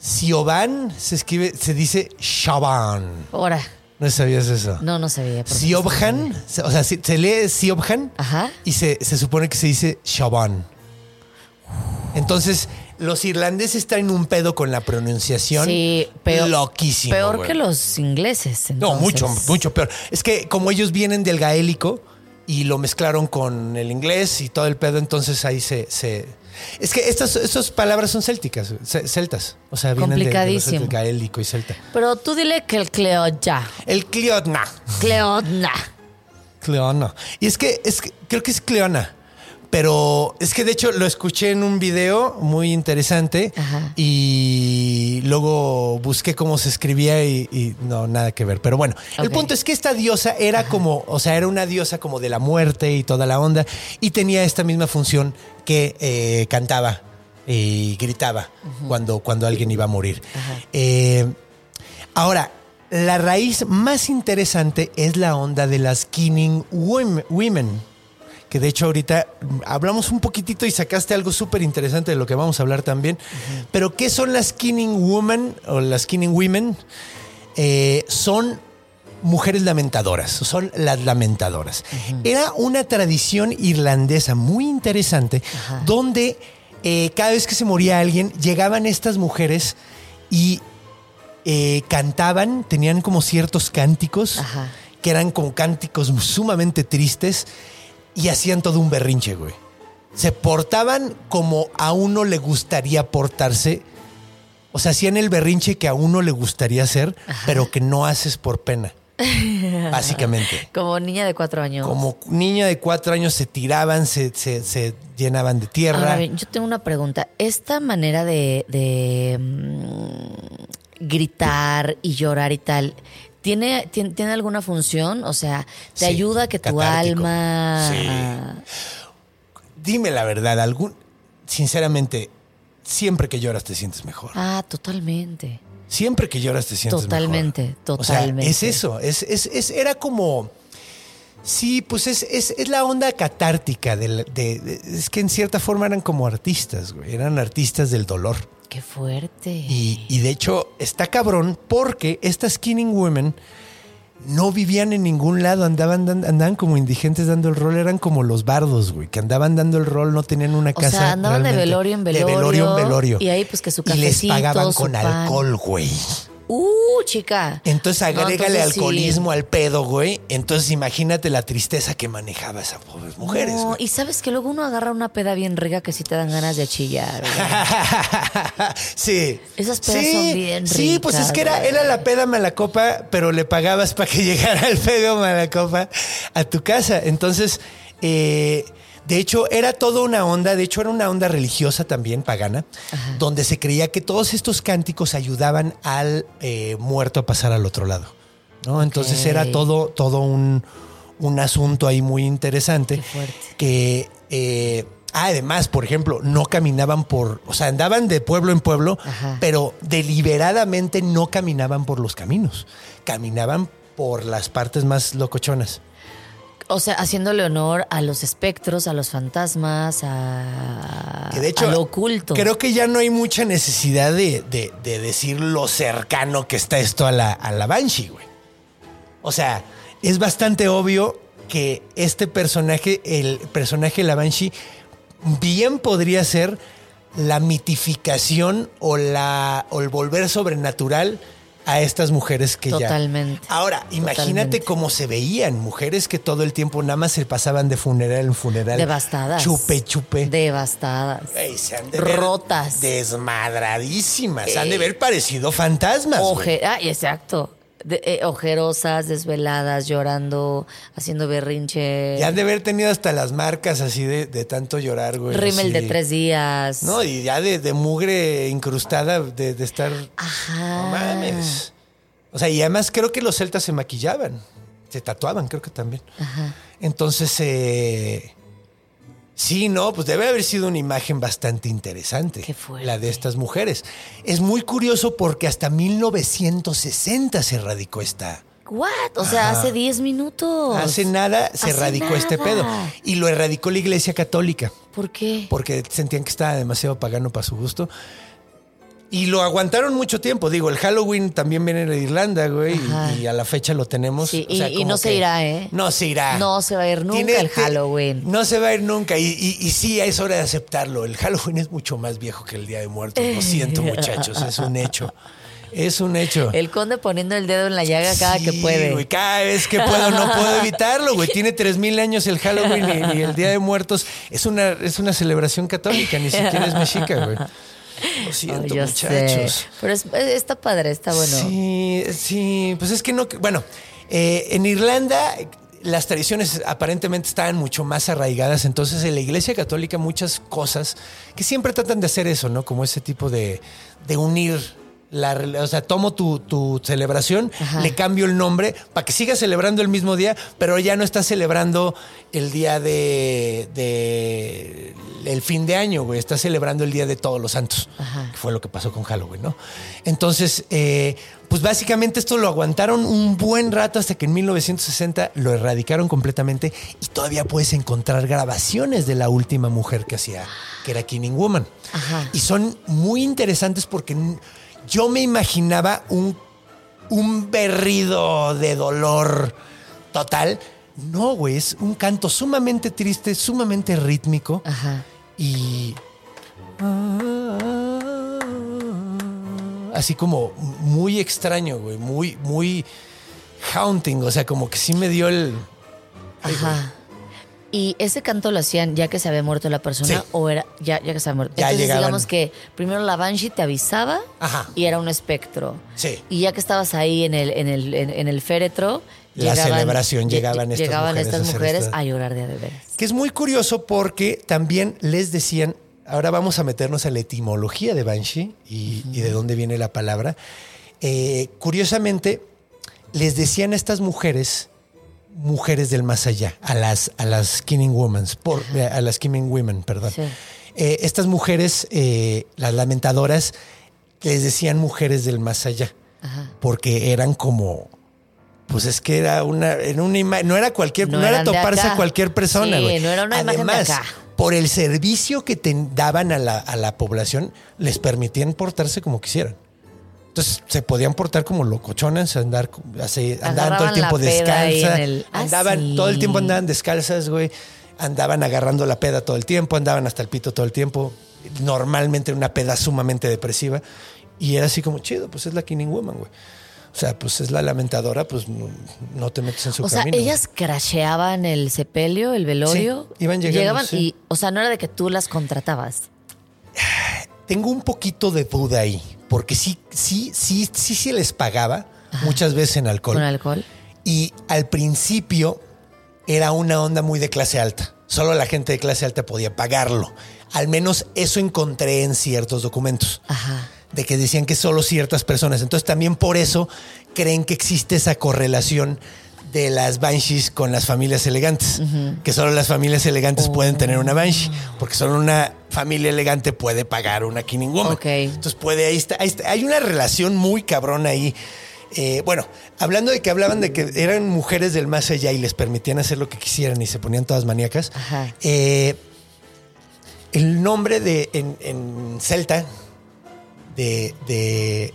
Siobhan se escribe, se dice Shaban. Ahora. ¿No sabías eso? No, no sabía. por qué. Siobhan, se- o sea, se, se lee Siobhan Ajá. y se, se supone que se dice Shaban. Entonces, los irlandeses traen un pedo con la pronunciación. Sí, peor. Loquísimo. Peor güey. que los ingleses. No, entonces. mucho, mucho peor. Es que como ellos vienen del gaélico y lo mezclaron con el inglés y todo el pedo, entonces ahí se. se- es que estas, estas palabras son célticas, ce- celtas. O sea, vienen de- de los- Complicadísimo. del gaélico y celta. Pero tú dile que el Cleodna. El Cliodna. Cleodna. Cleona. Y es que, es que- creo que es Cleona. Pero es que de hecho lo escuché en un video muy interesante Ajá. y luego busqué cómo se escribía y, y no, nada que ver. Pero bueno, el Ok. punto es que esta diosa era como, o sea, era una diosa como de la muerte y toda la onda y tenía esta misma función que eh, cantaba y gritaba cuando, cuando alguien iba a morir. Eh, Ahora, la raíz más interesante es la onda de las Kinning wom- Women. Que de hecho ahorita mm, hablamos un poquitito y sacaste algo súper interesante de lo que vamos a hablar también. Pero ¿qué son las Kinning Women o las Kinning Women? Eh, son mujeres lamentadoras, son las lamentadoras. Era una tradición irlandesa muy interesante donde eh, cada vez que se moría alguien llegaban estas mujeres y eh, cantaban, tenían como ciertos cánticos, Ajá. que eran como cánticos sumamente tristes, y hacían todo un berrinche, güey. Se portaban como a uno le gustaría portarse. O sea, hacían el berrinche que a uno le gustaría hacer, pero que no haces por pena. Básicamente. Como niña de cuatro años. Como niña de cuatro años se tiraban, se, se- se llenaban de Ahora tierra. bien, yo tengo una pregunta. Esta manera de, de, mm, gritar y llorar y tal, ¿tiene, tiene, tiene alguna función? O sea, ¿te Sí, ayuda a que tu catártico. alma... Dime la verdad, algún. Sinceramente, siempre que lloras te sientes mejor. Ah, totalmente. Siempre que lloras te sientes mejor. Totalmente, O sea, totalmente. es eso, es, es- es- era como... Sí, pues es, es- es la onda catártica del- de, de- Es que en cierta forma eran como artistas, güey. Eran artistas del dolor. Qué fuerte. Y, y de hecho está cabrón porque estas Skinning Women no vivían en ningún lado, andaban, dan- andaban como indigentes dando el rol, eran como los bardos, güey, que andaban dando el rol, no tenían una O casa. sea, andaban de realmente. velorio en velorio. De velorio en velorio. Y ahí, pues, que su Y les cafecito, pagaban su con pan. alcohol, güey. Uh, chica. Entonces No, agrégale entonces sí. alcoholismo al pedo, güey. Entonces imagínate la tristeza que manejaba esas pobres mujeres. No, güey. y sabes que luego uno agarra una peda bien rica que sí te dan ganas de chillar. güey. sí. Esas pedas sí, son bien Sí, pues es ricas, que era, güey. era la peda malacopa, pero le pagabas para que llegara el pedo malacopa a tu casa. Entonces, eh, de hecho, era toda una onda, de hecho, era una onda religiosa también, pagana, donde se creía que todos estos cánticos ayudaban al eh, muerto a pasar al otro lado. ¿no? Entonces Ok. era todo, todo un, un asunto ahí muy interesante. Qué fuerte. Que eh, ah, además, por ejemplo, no caminaban por, o sea, andaban de pueblo en pueblo, Ajá. pero deliberadamente no caminaban por los caminos, caminaban por las partes más locochonas. O sea, haciéndole honor a los espectros, a los fantasmas, a, Que de hecho, a lo oculto. creo que ya no hay mucha necesidad de, de- de decir lo cercano que está esto a la, a la Banshee, güey. O sea, es bastante obvio que este personaje, el personaje de la Banshee, bien podría ser la mitificación o, la, o el volver sobrenatural a estas mujeres que ya... Totalmente. Ahora, imagínate Totalmente. cómo se veían mujeres que todo el tiempo nada más se pasaban de funeral en funeral. Devastadas. Chupe, chupe. Devastadas. Güey, se han de ver Rotas. Desmadradísimas. Se han de ver parecido fantasmas. güey. Oje- ah, exacto. De- eh, ojerosas, desveladas, llorando, haciendo berrinche. Y han de haber tenido hasta las marcas así de, de tanto llorar, güey. Rímel así. de tres días. No, y ya de, de mugre incrustada de, de estar. Ajá. No mames. O sea, y además creo que los celtas se maquillaban. Se tatuaban, creo que también. Entonces, eh, sí, no, pues debe haber sido una imagen bastante interesante. Qué fuerte. La de estas mujeres. Es muy curioso porque hasta 1960 se erradicó esta. What? O sea, hace 10 minutos. Hace nada se Hace erradicó este nada. pedo. Y lo erradicó la Iglesia Católica ¿Por qué? porque sentían que estaba demasiado pagano para su gusto. Y lo aguantaron mucho tiempo. Digo, el Halloween también viene de Irlanda, güey, y- Ajá. y, a la fecha lo tenemos. Sí, O sea, y- y como no se que irá, ¿eh? No se irá. No se va a ir nunca el ti- Halloween. No se va a ir nunca. Y, y- y sí, es hora de aceptarlo. El Halloween es mucho más viejo que el Día de Muertos. Lo siento, muchachos. Es un hecho. Es un hecho. El conde poniendo el dedo en la llaga cada Sí, que puede. güey, cada vez que puedo, no puedo evitarlo, güey. Tiene 3.000 años el Halloween y, y el Día de Muertos. Es una, es una celebración católica, ni siquiera es mexica, güey. Lo Oh, siento, yo muchachos. sé. Pero es- es- está padre, está bueno. Sí, sí, pues es que no. Bueno, eh, en Irlanda las tradiciones aparentemente estaban mucho más arraigadas. Entonces, en la Iglesia Católica, muchas cosas que siempre tratan de hacer eso, ¿no? Como ese tipo de, de unir. La, rel- o sea, tomo tu, tu celebración, Ajá. le cambio el nombre para que sigas celebrando el mismo día, pero ya no estás celebrando el día de, de eh, el fin de año, güey. Estás celebrando el día de todos los santos Ajá. que fue lo que pasó con Halloween, ¿no? Entonces, eh, pues básicamente esto lo aguantaron un buen rato hasta que en 1960 lo erradicaron completamente y todavía puedes encontrar grabaciones de la última mujer que hacía, que era Killing Woman. Ajá. Y son muy interesantes porque n- yo me imaginaba un, un berrido de dolor total. No, güey, es un canto sumamente triste, sumamente rítmico Ajá. y así como muy extraño, güey, muy muy haunting, o sea, como que sí me dio el Ajá. ¿Y ese canto lo hacían ya que se había muerto la persona Sí. o era ya, ya que se había muerto? Ya Entonces llegaban. digamos que primero la Banshee te avisaba Ajá. y era un espectro. Sí. Y ya que estabas ahí en el, en el, en, en el féretro, La celebración, llegaban estas llegaban mujeres estas a hacer mujeres esto. a llorar de a de veras. que es muy curioso porque también les decían, ahora vamos a meternos a la etimología de Banshee y, y de dónde viene la palabra. Eh, curiosamente, les decían a estas mujeres, mujeres del más allá, a las, a las killing women, por, eh, a las killing women, perdón. Sí. Eh, estas mujeres, eh, las lamentadoras, les decían mujeres del más allá, Ajá. porque eran como, pues es que era una, en una ima- no era cualquier, no, No era eran de toparse acá. a cualquier persona, Sí, güey. no era una imagen de Además, acá. por el servicio que te daban a la, a la población, les permitían portarse como quisieran. Entonces se podían portar como locochonas, andar, co- así, andaban todo el Agarraban tiempo la peda ahí descalzas. en el- Ah, Andaban, sí. todo el tiempo andaban descalzas, güey. Andaban agarrando la peda todo el tiempo, andaban hasta el pito todo el tiempo. Normalmente era una peda sumamente depresiva. Y era así como, chido, pues es la Killing Woman, güey. O sea, pues es la lamentadora, pues no, no te metes en su O sea, camino. ellas crasheaban el sepelio, el velorio. Sí, iban llegando, Llegaban sí. y, o sea, no era de que tú las contratabas. Tengo un poquito de duda ahí, porque sí, sí, sí, sí se les pagaba muchas veces en alcohol. Con alcohol. Y al principio era una onda muy de clase alta. Solo la gente de clase alta podía pagarlo. Al menos eso encontré en ciertos documentos. Ajá. De que decían que solo ciertas personas. Entonces también por eso creen que existe esa correlación de las banshees con las familias elegantes. Que solo las familias elegantes pueden tener Oh. una banshee. Porque solo una familia elegante puede pagar una Killing Woman. Ok. Entonces puede, ahí está, ahí está. Hay una relación muy cabrona ahí. Eh, bueno, hablando de que hablaban de que eran mujeres del más allá y les permitían hacer lo que quisieran y se ponían todas maníacas. Ajá. Eh, el nombre de en, en celta de, de,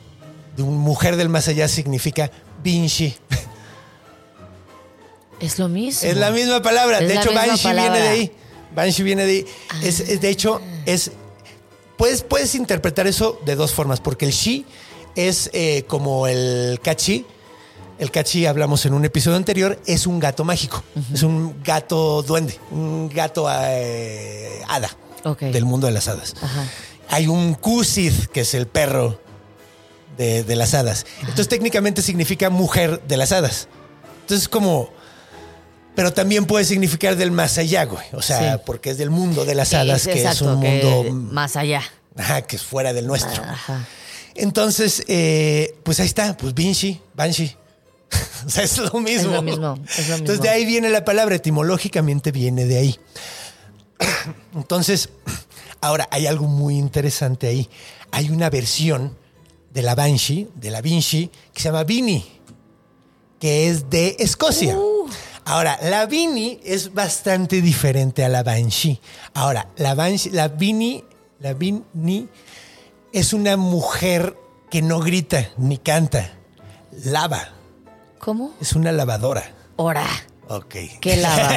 de un mujer del más allá significa Vinci. Es lo mismo. Es la misma palabra. Es de la hecho, misma Banshee palabra. Ah. viene de ahí. Banshee viene de ahí. Es, es- de hecho, es. Puedes, puedes interpretar eso de dos formas, porque el she es eh, como el cachi. El cachi, hablamos en un episodio anterior, es un gato mágico. Es un gato duende, un gato eh, hada Ok. del mundo de las hadas. Ajá. Hay un Kusid, que es el perro de, de las hadas. Entonces técnicamente significa mujer de las hadas. Entonces como... Pero también puede significar del más allá, güey. O sea, Sí. porque es del mundo de las Sí, hadas, sí, que es exacto, un que mundo más allá. ajá, que es fuera del nuestro. Ajá. Entonces, eh, pues ahí está, pues Vinci, Banshee. o sea, es lo mismo. Es lo mismo, es lo Entonces mismo. de ahí viene la palabra, etimológicamente viene de ahí. Entonces, ahora hay algo muy interesante ahí. Hay una versión de la Banshee, de la Vinci, que se llama Vini, que es de Escocia. Ahora, la Vini es bastante diferente a la Banshee. Ahora, la Banshee, la Vini, la Vini es una mujer que no grita ni canta. Lava. ¿Cómo? Es una lavadora. Ora. Ok. ¿Qué lava?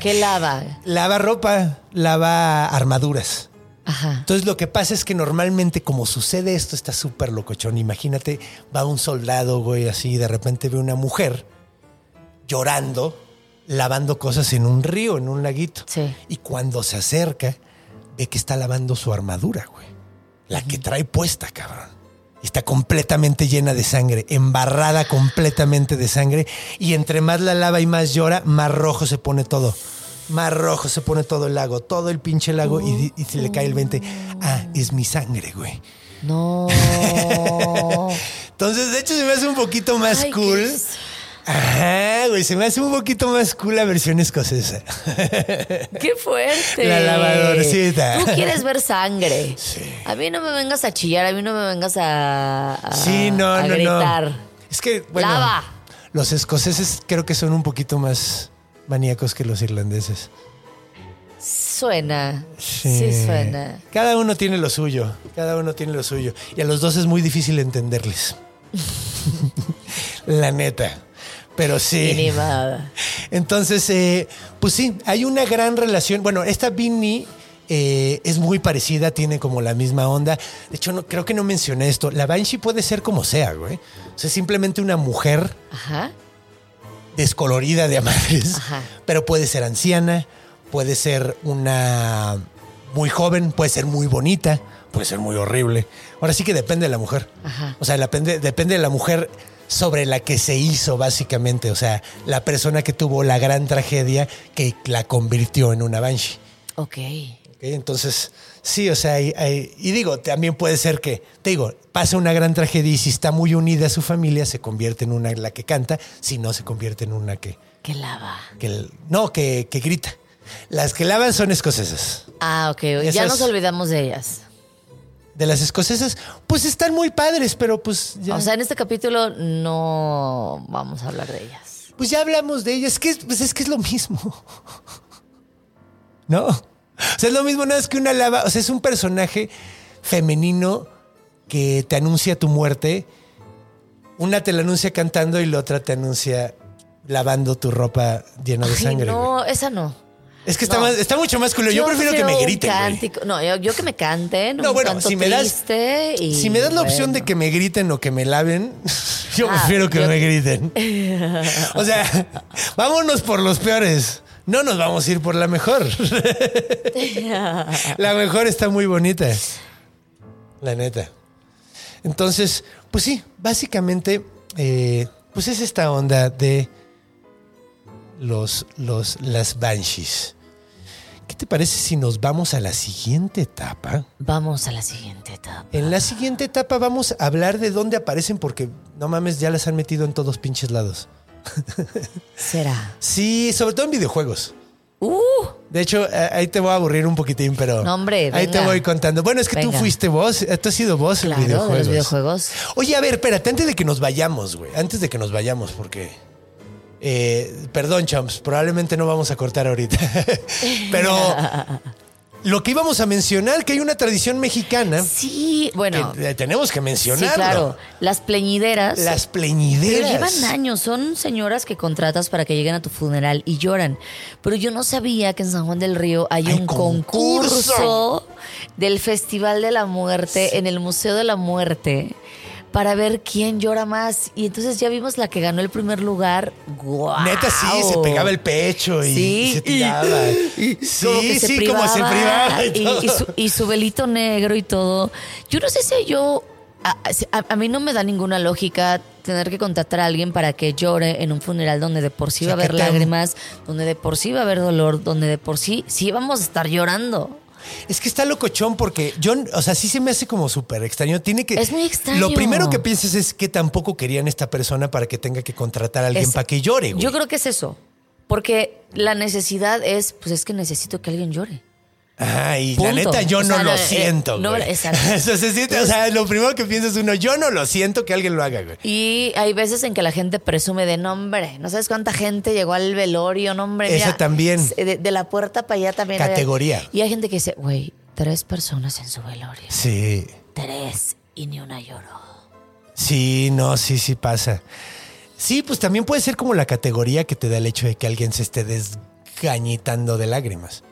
¿Qué lava? Lava ropa, lava armaduras. Ajá. Entonces lo que pasa es que normalmente como sucede esto está súper locochón. Imagínate, va un soldado, güey, así, y de repente ve una mujer llorando, lavando cosas en un río, en un laguito. Sí. Y cuando se acerca, ve que está lavando su armadura, güey. La que trae puesta, cabrón. Y Está completamente llena de sangre, embarrada completamente de sangre. Y entre más la lava y más llora, más rojo se pone todo. Más rojo se pone todo el lago, todo el pinche lago. Y, di- y se le cae el 20. Ah, es mi sangre, güey. No. Entonces, de hecho, se me hace un poquito más Ay, qué cool. es- Ajá, güey, se me hace un poquito más cool la versión escocesa. ¡Qué fuerte! La lavadorcita. Tú quieres ver sangre. A mí no me vengas a chillar, a mí no me vengas a, a- Sí, no, Ah, a no, gritar. no. Es que, bueno, Lava. los escoceses creo que son un poquito más maníacos que los irlandeses. Suena. Sí, suena. Cada uno tiene lo suyo, cada uno tiene lo suyo. Y a los dos es muy difícil entenderles. La neta. Pero sí. Y ni nada. Entonces, eh, pues sí, hay una gran relación. Bueno, esta Vinny eh, es muy parecida, tiene como la misma onda. De hecho, no, creo que no mencioné esto. La Banshee puede ser como sea, güey. O sea, simplemente una mujer Ajá. descolorida de amares, Ajá. pero puede ser anciana, puede ser una muy joven, puede ser muy bonita, puede ser muy horrible. Ahora sí que depende de la mujer. Ajá. O sea, depende, depende de la mujer sobre la que se hizo básicamente, o sea, la persona que tuvo la gran tragedia que la convirtió en una banshee. Ok. ¿ok? Entonces, sí, o sea, hay- hay- y digo, también puede ser que, te digo, pasa una gran tragedia y si está muy unida a su familia, se convierte en una la que canta, si no, se convierte en una que, ¿Qué lava? que el- no, que, que grita. Las que lavan son escocesas. Ah, ok. Ya Esas- nos olvidamos de ellas. De las escocesas, pues están muy padres, pero pues ya, O sea, en este capítulo no vamos a hablar de ellas. pues ya hablamos de ellas. Es que, pues es que es lo mismo. ¿No? O sea, es lo mismo, nada más que una lava. O sea, es un personaje femenino que te anuncia tu muerte. Una te la anuncia cantando y la otra te anuncia lavando tu ropa llena de Ay, sangre. güey. no, esa no. Es que está, No. más- está mucho más culo. Yo, prefiero que me un griten. güey. cántico. No, yo, yo que me canten. No, un bueno, canto si me das, triste y si me das la opción de bueno. que me griten o que me laven, yo Ah, prefiero que yo- me griten. O sea, vámonos por los peores. No nos vamos a ir por la mejor. la mejor está muy bonita. La neta. Entonces, pues sí, básicamente, eh, pues es esta onda de los, los, las banshees. ¿Qué te parece si nos vamos a la siguiente etapa? Vamos a la siguiente etapa. En la siguiente etapa vamos a hablar de dónde aparecen porque no mames, ya las han metido en todos pinches lados. Será. Sí, sobre todo en videojuegos. ¡Uh! De hecho, eh, ahí te voy a aburrir un poquitín, pero No, hombre, ahí te venga. voy contando. Bueno, es que tú Venga. fuiste vos, eh, tú has sido vos Claro, en videojuegos. de los videojuegos. Oye, a ver, espérate, antes de que nos vayamos, güey, antes de que nos vayamos, porque... eh, perdón, champs, probablemente no vamos a cortar ahorita. pero lo que íbamos a mencionar, que hay una tradición mexicana Sí, bueno. que eh, tenemos que Sí, mencionar. claro. Las pleñideras. Las Pero pleñideras. llevan años, son señoras que contratas para que lleguen a tu funeral y lloran. Pero yo no sabía que en San Juan del Río hay, Hay un concurso. del Festival de la Muerte en el Museo de la Muerte para ver quién llora más. Y entonces ya vimos la que ganó el primer lugar. ¡Guau! Neta, sí, se pegaba el pecho y, Sí, y se tiraba. sí, como que se sí, como se privaba. Y, todo. y, y su, y su velito negro y todo. Yo no sé si yo... A, a- a mí no me da ninguna lógica tener que contratar a alguien para que llore en un funeral donde de por sí va a haber Sácate. lágrimas, donde de por sí va a haber dolor, donde de por sí sí vamos a estar llorando. Es que está locochón porque yo, o sea, sí se me hace como súper extraño. Tiene que. Es muy extraño. Lo primero que piensas es que tampoco querían esta persona para que tenga que contratar a alguien Es- para que llore, güey. Yo creo que es eso. Porque la necesidad es, pues es que necesito que alguien llore. Ajá, y la Punto. neta, yo O sea, no lo no, eh, siento. no, güey. exacto. Eso se siente, o sea, lo primero que piensas es uno, yo no lo siento que alguien lo haga, güey. Y hay veces en que la gente presume de nombre. No sabes cuánta gente llegó al velorio, nombre. Eso también. eh, De, de la puerta para allá también. había- Categoría. Y hay gente que dice, güey, tres personas en su velorio. Sí. Tres y ni una lloró. Sí, no, sí, sí pasa. Sí, pues también puede ser como la categoría que te da el hecho de que alguien se esté desgañitando de lágrimas.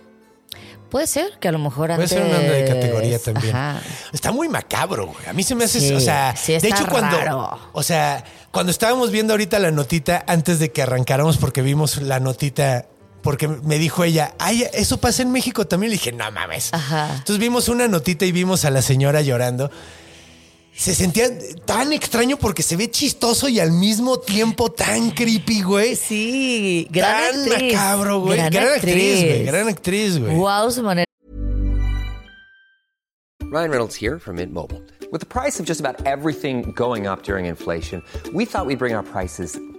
Puede ser que a lo mejor Puede antes... ser una onda de categoría también. Ajá. Está muy macabro, güey. A mí se me hace, Sí, o sea, sí de está hecho cuando, raro. o sea, cuando estábamos viendo ahorita la notita antes de que arrancáramos porque vimos la notita porque me dijo ella, ay, eso pasa en México también. Le dije, no mames. Ajá. Entonces vimos una notita y vimos a la señora llorando. Se sentía tan extraño porque se ve chistoso y al mismo tiempo tan creepy, güey. Sí, gran tan actriz. macabro, güey. Gran, actriz, güey. Gran actriz, güey. Wow, su manera. Ryan Reynolds here from Mint Mobile. With the price of just about everything going up during inflation, we thought we'd bring our prices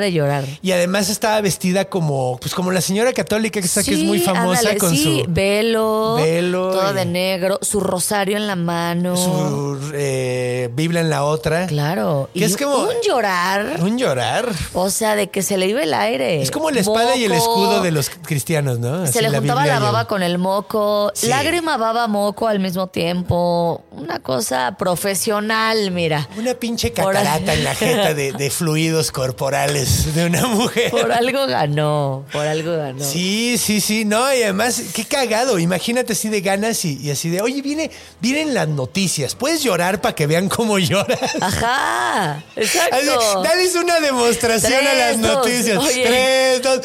de llorar. Y además estaba vestida como, pues como la señora católica esa que es Sí, muy famosa ándale, con sí, su, velo, velo todo y- de negro, su rosario en la mano. su, eh, Biblia en la otra. Claro. Que es como- un llorar. Un llorar. O sea, de que se le iba el aire. Es como la espada y el Moco, escudo de los cristianos, ¿no? Así Se le juntaba Biblia la y el- baba con el moco. Sí. Lágrima, baba, moco al mismo tiempo. Una cosa profesional, mira. Una pinche Por- catarata en la jeta de, de fluidos corporales de una mujer. Por algo ganó. Por algo ganó. Sí, sí, sí, no, y además, qué cagado, imagínate así de ganas y, y así de, oye, viene, vienen las noticias, puedes llorar para que vean cómo lloras. Ajá. Exacto. Así, dales una demostración a Tres, las dos, noticias. oye. Tres, dos.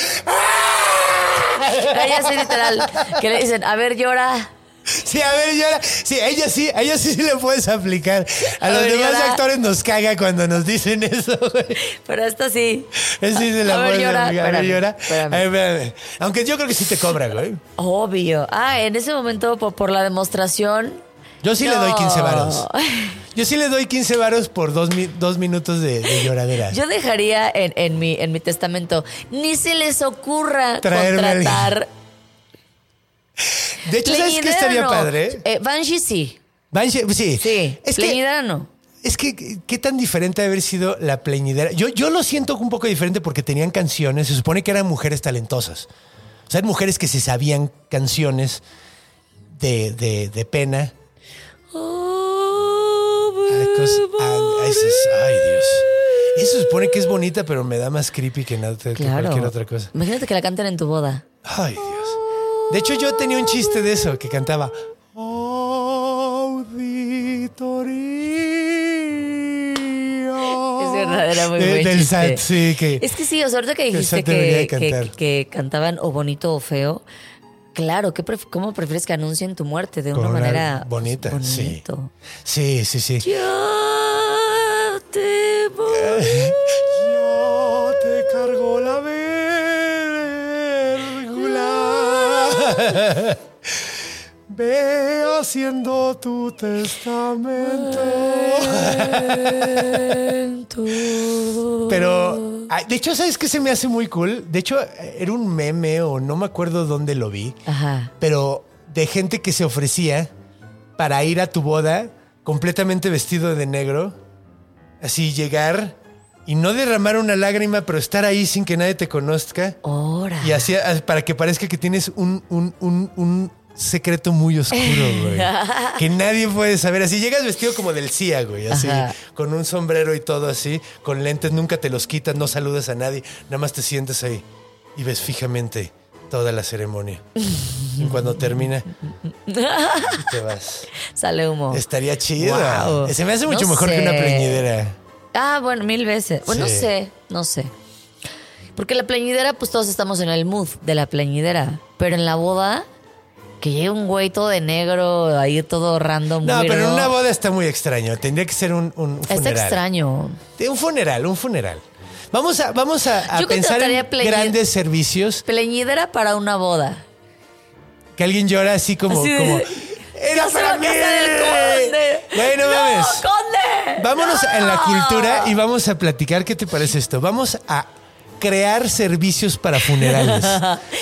Ella sí, literal. Que le dicen, a ver, llora. Sí, a ver, llora. Sí, ella sí, a ella sí le puedes aplicar. A, A los ver, demás llora. actores nos caga cuando nos dicen eso, güey. Pero esta sí. Eso sí se A la ver, puedes llora, aplicar. A ver, espérame, llora. espérame. A ver, espérame. Aunque yo creo que sí te cobra, güey. Obvio. Ah, en ese momento, por, por la demostración. Yo sí le doy No. 15 varos. Yo sí le doy 15 varos por dos, mi- dos minutos de, de lloradera. Yo dejaría en, en mi, en mi testamento, ni se les ocurra Traerme contratar. de hecho, ¿sabes qué Leñidera estaría no. padre? Eh, Banshee sí. Banshee, sí. Sí, Es que, Pleñidera no. es que, qué tan diferente ha de haber sido la pleñidera. Yo, yo lo siento un poco diferente porque tenían canciones. Se supone que eran mujeres talentosas. O sea, eran mujeres que se sabían canciones de, de, de pena. Ay, cos- ay, eso es- ay, Dios. Eso se supone que es bonita, pero me da más creepy que, nada, que Claro. cualquier otra cosa. Imagínate que la canten en tu boda. Ay, Dios. De hecho, yo tenía un chiste de eso que cantaba. Auditoría. Es verdad, era muy De- buen Oh, eh, del chiste. SAT, sí, que. Es que sí, o sea, ahorita que el dijiste SAT debería que, de que- cantar. que cantaban o bonito o feo, claro, ¿qué pref- ¿cómo prefieres que anuncien tu muerte? De una Con una manera bonita, pues, sí. bonito. Sí, sí, sí. Yo te voy. Yo te cargo la vérgula. Ve haciendo tu testamento. en tu- Pero, ah, de hecho, ¿sabes qué se me hace muy cool? De hecho, era un meme o no me acuerdo dónde lo vi, Ajá. pero de gente que se ofrecía para ir a tu boda completamente vestido de negro, así llegar y no derramar una lágrima, pero estar ahí sin que nadie te conozca Ahora. y así ah, para que parezca que tienes un, un, un, un secreto muy oscuro, güey. que nadie puede saber. Así llegas vestido como del CIA, güey. Así, Ajá. con un sombrero y todo así, con lentes, nunca te los quitas, no saludas a nadie, nada más te sientes ahí y ves fijamente toda la ceremonia. y cuando termina, y te vas. Sale humo. Estaría chido. Wow. Se me hace mucho No mejor que sé. una pleñidera. Ah, bueno, mil veces. Bueno, Sí. no sé, no sé. Porque la plañidera, pues todos estamos en el mood de la plañidera. Pero en la boda, que llegue un güey todo de negro, ahí todo random. No, pero en weirdo, una boda está muy extraño. Tendría que ser un, un Está funeral. extraño. De un funeral, un funeral. Vamos a, vamos a, a Yo pensar en contrataría pleñi- grandes servicios. Pleñidera para una boda. Que alguien llora así como... Así de- como ¡Era ¡Ya se va para a mí! casar el conde! Güey, no mames. conde! Vámonos ¡No! a la cultura y vamos a platicar. ¿Qué te parece esto? Vamos a crear servicios para funerales.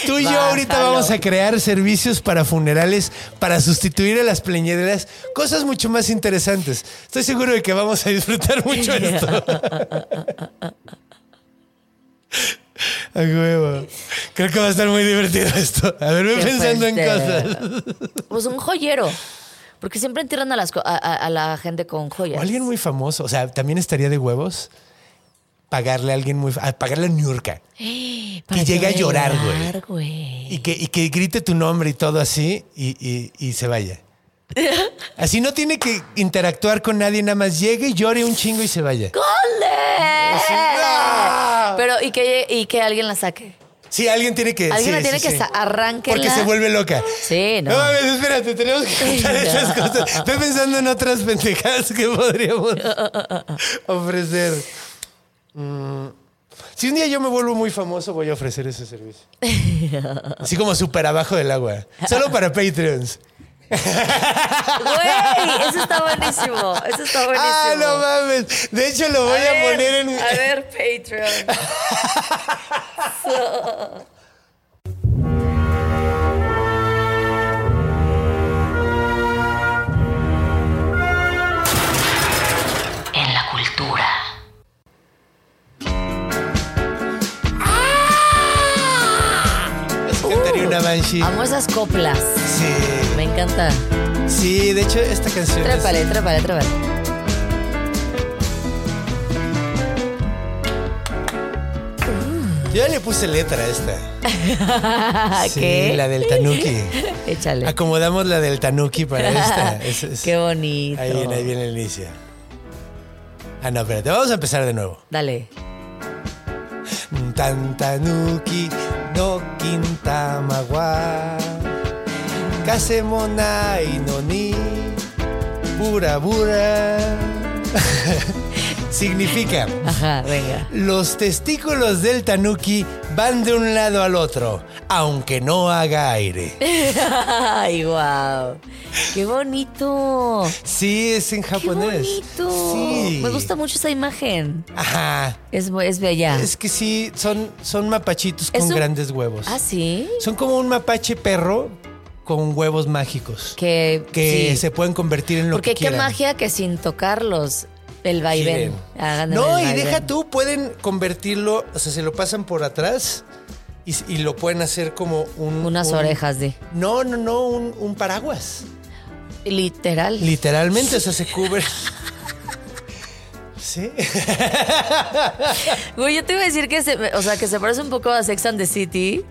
Tú y yo Bájalo. ahorita vamos a crear servicios para funerales para sustituir a las pleñederas. Cosas mucho más interesantes. Estoy seguro de que vamos a disfrutar mucho esto. A huevo. Creo que va a estar muy divertido esto. A ver, ve Qué pensando en fuerte. cosas. Pues un joyero. Porque siempre entierran a, las, co- a, a- a la gente con joyas. O alguien muy famoso. O sea, también estaría de huevos pagarle a alguien muy. fa- a pagarle a New York. Para llegue a llorar, güey. llorar, güey. Y que, y que grite tu nombre y todo así y, y- y se vaya. Así no tiene que interactuar con nadie, nada más llegue, llore un chingo y se vaya. ¡Conde! ¡No! Pues Pero, y que, y que alguien la saque. Sí, alguien tiene que. Alguien sí, la tiene sí, que sí. sa- arranque. Porque se vuelve loca. Sí, no. No mames, espérate, tenemos que contar esas No. cosas. Estoy pensando en otras pendejadas que podríamos ofrecer. Mm, Si un día yo me vuelvo muy famoso, voy a ofrecer ese servicio. Así como súper abajo del agua. Solo para Patreons. Güey, eso está buenísimo. Eso está buenísimo. Ah, no mames. De hecho, lo voy a, ver, poner en. A ver, Patreon. En la cultura. Así cantaría una Banshee. Ah. Amo esas coplas. Sí. Me encanta. Sí, de hecho, esta canción. es- Trépale, trépale, trépale. Yo ya le puse letra a esta. Sí, ¿Qué? la del Tanuki. Échale. Acomodamos la del Tanuki para esta. Es- es- Qué bonito. Ahí viene, ahí viene el inicio. Ah, no, espérate, vamos a empezar de nuevo. Dale. Tan tanuki no kintamawa. Kasemonai no ni bura bura. Significa, Ajá, venga. los testículos del tanuki van de un lado al otro, aunque no haga aire. Ay, wow. Qué bonito. Sí, es en Qué japonés. bonito. Sí. Me gusta mucho esa imagen. Ajá. Es, bu- es bella. Es que sí, son, son mapachitos Ah. Es con un- grandes huevos. Ah, sí. Son como un mapache perro, con huevos mágicos. Que, Que sí. se pueden convertir en lo Porque que qué quieran. magia que sin tocarlos, el vaivén. Quieren. Hagan No, el y vaivén. deja tú, pueden convertirlo, o sea, se lo pasan por atrás y, y lo pueden hacer como un... Unas un- orejas de. No, no, no, un, un paraguas. Literal. Literalmente, o sea, se cubre... Sí. Güey, yo te iba a decir que se, me- o sea, que se parece un poco a Sex and the City.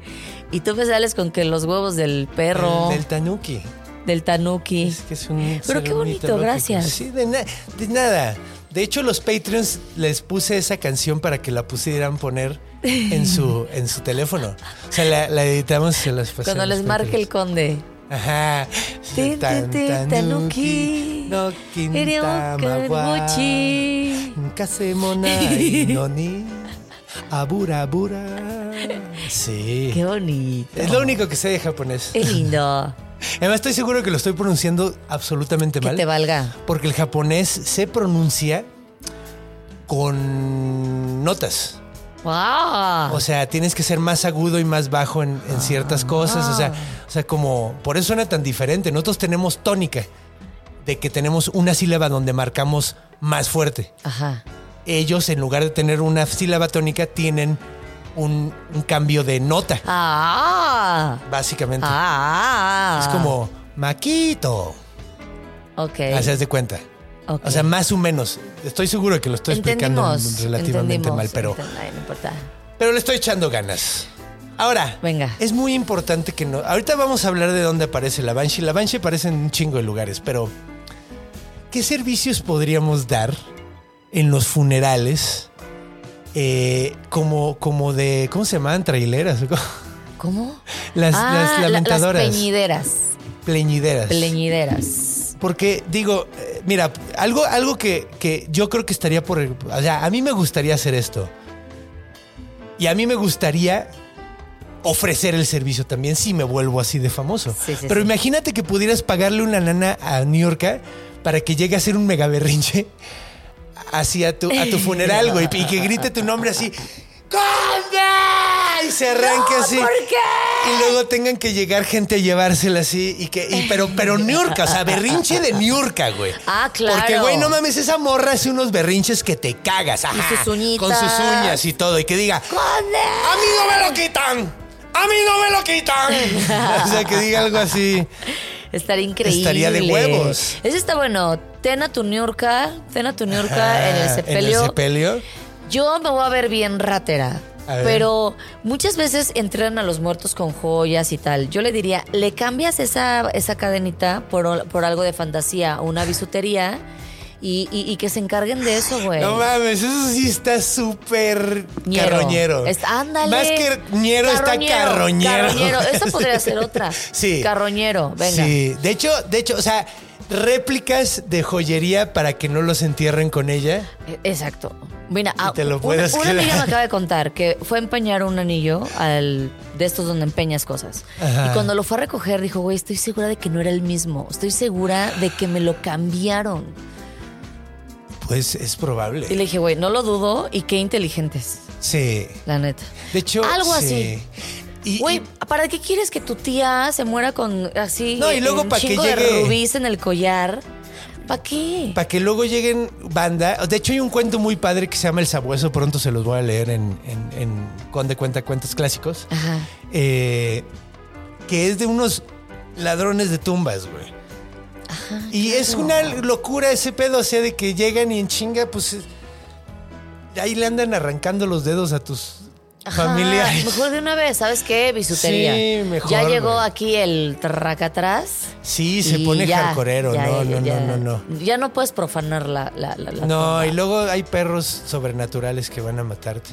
Y tú me sales con que los huevos del perro, El Del tanuki. del tanuki. Es que es un Pero ser qué bonito, mitológico. gracias. Sí, de, na- de nada. De hecho, los Patreons les puse esa canción para que la pusieran poner en su, en su teléfono. O sea, la, la editamos y se las pasamos. Cuando les marque el conde. Ajá. Tin, tin, tin, tanuki. No Eres un carmuchi. no ni. Abura, abura. Sí. Qué Eh. bonito. Es lo único que sé de japonés. Qué lindo. Además, estoy seguro que lo estoy pronunciando absolutamente Que mal. te valga. Porque el japonés se pronuncia con notas. ¡Wow! O sea, tienes que ser más agudo y más bajo en, en ciertas cosas. O sea, o sea, como por eso suena tan diferente. Nosotros tenemos tónica de que tenemos una sílaba donde marcamos más fuerte. Ajá. Ellos, en lugar de tener una sílaba tónica, tienen un, un cambio de nota, ¡Ah! básicamente. ¡Ah! Es como maquito. Ok. Hacías de cuenta. Ok. O sea, más o menos. Estoy seguro que lo estoy explicando entendimos. relativamente entendimos, mal, pero, enten- ay, no importa. pero le estoy echando ganas. Ahora, Venga. es muy importante que no. Ahorita vamos a hablar de dónde aparece la Banshee. La Banshee aparece en un chingo de lugares, pero ¿qué servicios podríamos dar en los funerales? eh, como, como de. ¿Cómo se llamaban? Traileras. o cómo? ¿Cómo? Las, Ah, las la- lamentadoras. las peñideras. pleñideras. Pleñideras. Porque digo, eh, mira, algo, algo que, que yo creo que estaría por... O sea, a mí me gustaría hacer esto. Y a mí me gustaría ofrecer el servicio también si me vuelvo así de famoso. Sí, sí, Pero sí. imagínate que pudieras pagarle una nana a New York para que llegue a hacer un mega berrinche hacia tu, a tu funeral, güey, y que grite tu nombre así. ¡Conde! Y se arranque así. Y luego tengan que llegar gente a llevársela así. Y que, y- pero, pero Niurka, o sea, berrinche de Niurka, güey. Ah, claro. Porque, güey, no mames, esa morra hace unos berrinches que te cagas. Ajá, sus uñitas. Con sus uñas y todo. Y que diga, ¡A mí no me lo quitan! ¡A mí no me lo quitan! o sea, que diga algo así. Estaría increíble. Estaría de huevos. Eso está bueno. Ten a tu niurca, ten a tu niurca en el Ah, sepelio. En el sepelio. Yo me voy a ver bien ratera. A ver. Pero muchas veces entrenan a los muertos con joyas y tal. Yo le diría, le cambias esa, esa cadenita por, ol- por algo de fantasía, una bisutería, y, y- y que se encarguen de eso, güey. No mames, eso sí está súper Ñero. carroñero. Es- ándale. Más que ñero está carroñero. Carroñero. Esa podría ser otra. Sí. Carroñero, venga. Sí, de hecho, de hecho, o sea, réplicas de joyería para que no los entierren con ella. E- Exacto. Mira, ah, te lo una- puedes una, amiga me quedar. acaba de contar que fue a empeñar un anillo al, de estos donde empeñas cosas. Ajá. Y cuando lo fue a recoger, dijo, güey, estoy segura de que no era el mismo. Estoy segura de que me lo cambiaron. Pues es probable. Y le dije, güey, no lo dudo y qué inteligentes, Sí. la neta. De hecho, Algo sí. Y- Güey, y- ¿para qué quieres que tu tía se muera con así No, y eh, luego un pa' que chingo de llegue- rubíes en el collar? ¿Para qué? Para que luego lleguen banda. De hecho, hay un cuento muy padre que se llama El Sabueso. Pronto se los voy a leer en, en, en Conde Cuenta Cuentos Clásicos. Ajá. Eh, que es de unos ladrones de tumbas, güey. y es una locura ese pedo, o sea, de que llegan y en chinga, pues. eh, Ahí le andan arrancando los dedos a tus Ajá, familiares. Mejor de una vez, ¿sabes qué? Bisutería. Sí, mejor, Ya llegó güey. aquí el atrás. Sí, se pone hardcoreero. No, no, no, no, no. Ya no puedes profanar la. la, la, no. No, la tumba. y luego hay perros sobrenaturales que van a matarte.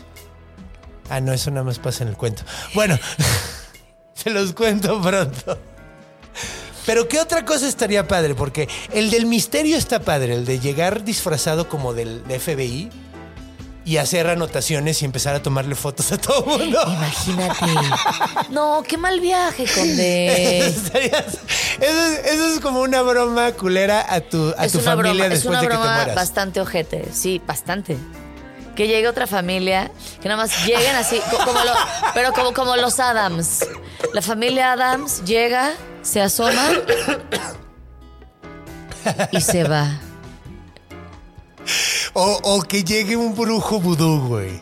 Ah, no, eso nada más pasa en el cuento. Bueno, se los cuento pronto. Pero ¿qué otra cosa estaría padre? Porque el del misterio está padre, el de llegar disfrazado como del FBI y hacer anotaciones y empezar a tomarle fotos a todo el mundo. Imagínate. no, qué mal viaje, Conde. Estarías- Eso, es- eso es como una broma culera a tu, a es tu una familia broma, es después una de que te broma mueras. bastante ojete. Sí, bastante. Que llegue otra familia, que nada más lleguen así, co- como lo- pero como, como los Adams. La familia Adams llega, se asoma y se va. O, o que llegue un brujo vudú, güey.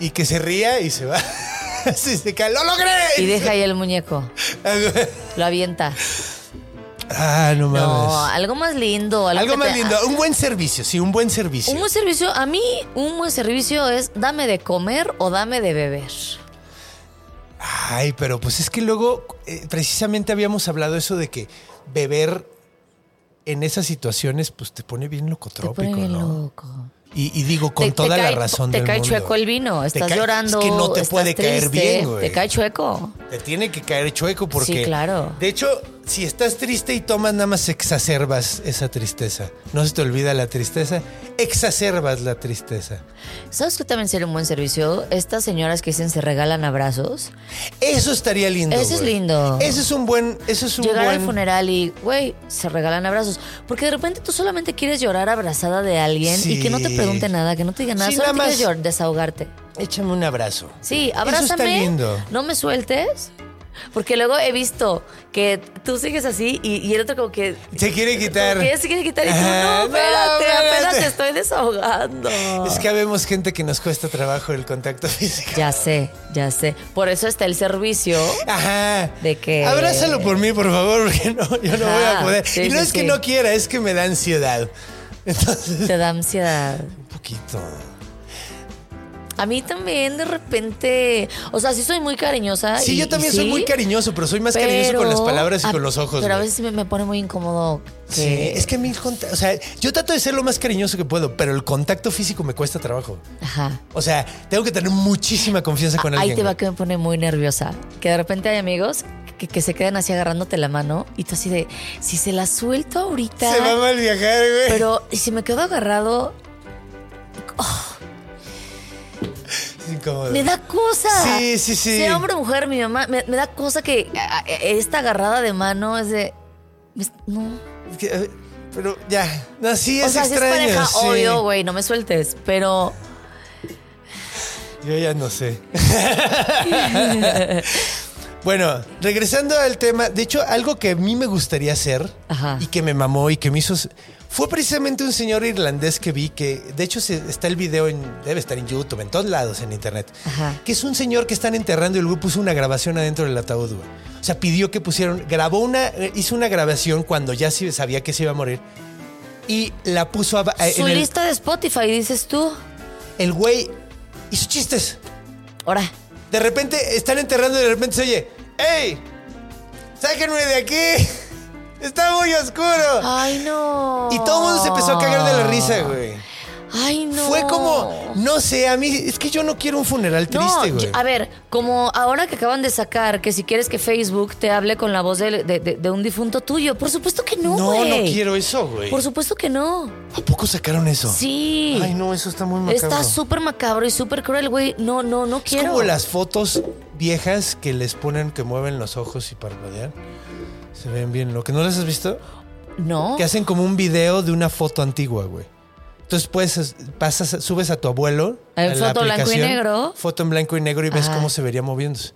Y que se ría y se va. Así se cae. ¡Lo logré! Y deja ahí el muñeco. Lo avienta. Ah, no mames. No, algo más lindo. Algo, Algo que más te- lindo. Un buen servicio, sí, un buen servicio. Un buen servicio, a mí un buen servicio es dame de comer o dame de beber. Ay, pero pues es que luego, eh, precisamente habíamos hablado eso de que beber en esas situaciones, pues te pone bien Te locotrópico, pone bien ¿no? loco. Y, y digo, con Te- te toda cae- la razón Te del cae mundo. chueco el vino, Te estás cae- llorando. Es que no te estás puede caer triste, bien, güey. Te cae chueco. Te tiene que caer chueco porque. Sí, claro. De hecho, si estás triste y tomas, nada más exacerbas esa tristeza. No se te olvida la tristeza, exacerbas la tristeza. ¿Sabes qué también sería un buen servicio? Estas señoras que dicen se regalan abrazos. Eso estaría lindo. Eso es güey. lindo. Eso es un buen. Eso es un Llegar buen. al funeral y, güey, se regalan abrazos. Porque de repente tú solamente quieres llorar abrazada de alguien Sí. y que no te pregunte nada, que no te diga nada, Sí, solo nada quieres más. llor- desahogarte. Échame un abrazo. Sí, Eso está abrázame. lindo. No me sueltes. Porque luego he visto que tú sigues así y, y el otro como que... Se quiere quitar. como que ya se quiere quitar y tú, Ah, no, no, espérate, apenas espérate". te estoy desahogando. Es que habemos gente que nos cuesta trabajo el contacto físico. Ya sé, ya sé. Por eso está el servicio. Ajá. De que- Abrázalo por mí, por favor, porque no, yo no voy a Ajá, poder. sí, y no sí, es que sí. no quiera, es que me da ansiedad. Entonces, Te da ansiedad. un poquito. A mí también de repente, o sea, sí soy muy cariñosa. Sí, y- Ah, yo también y soy sí, muy cariñoso, pero soy más cariñoso con pero- las palabras y a- con los ojos. Pero a güey. veces sí me, me pone muy incómodo. Que, Sí, es que a mí el contacto, o sea, yo trato de ser lo más cariñoso que puedo, pero el contacto físico me cuesta trabajo. Ajá. O sea, tengo que tener muchísima confianza Ah, con Ah, Ahí alguien. te va güey. que me pone muy nerviosa. Que de repente hay amigos que, que se quedan así agarrándote la mano y tú así de, si se la suelto ahorita. Se va a mal viajar, güey. Pero ¿y si me quedo agarrado, Es incómodo. me da cosa. Sí, sí, sí. Sea hombre o mujer, mi mamá, me, me da cosa que a- a- esta agarrada de mano es de, es- no. Es que, eh, Pero ya, no, sí O es sea, extraño. si es pareja, sí. obvio, güey, no me sueltes. Pero Yo ya no sé. bueno, regresando al tema, de hecho, algo que a mí me gustaría hacer Ajá. y que me mamó y que me hizo. Fue precisamente un señor irlandés que vi que, de hecho, se- está el video, en, debe estar en YouTube, en todos lados en internet. Ajá. Que es un señor que están enterrando y el güey puso una grabación adentro del ataúd, güey. O sea, pidió que pusieran, grabó una, eh, hizo una grabación cuando ya se- sabía que se iba a morir y la puso a- a- su en el, lista de Spotify, dices tú. el güey hizo chistes. Ahora, De repente están enterrando y de repente se oye, ¡Ey! ¡Sáquenme de aquí! ¡Está muy oscuro! ay no. Y todo el mundo se empezó a cagar de la risa, güey. Ay no. Fue como, no sé, a mí, es que yo no quiero un funeral triste, no, güey. yo- a ver, como ahora que acaban de sacar que si quieres que Facebook te hable con la voz de, de- de- de un difunto tuyo, por supuesto que no, no, no güey. quiero eso, güey. Por supuesto que no. ¿A poco sacaron eso? Sí. Ay, no, eso está muy macabro. Está súper macabro y súper cruel, güey. No, no, no Es quiero. como las fotos viejas que les ponen que mueven los ojos y parpadean. Se ven bien lo que no las has visto. No. que hacen como un video de una foto antigua, güey. Entonces puedes, pasas, subes a tu abuelo. Ah, en a la foto blanco y aplicación, negro. Foto en blanco y negro y ves Ah. cómo se vería moviéndose.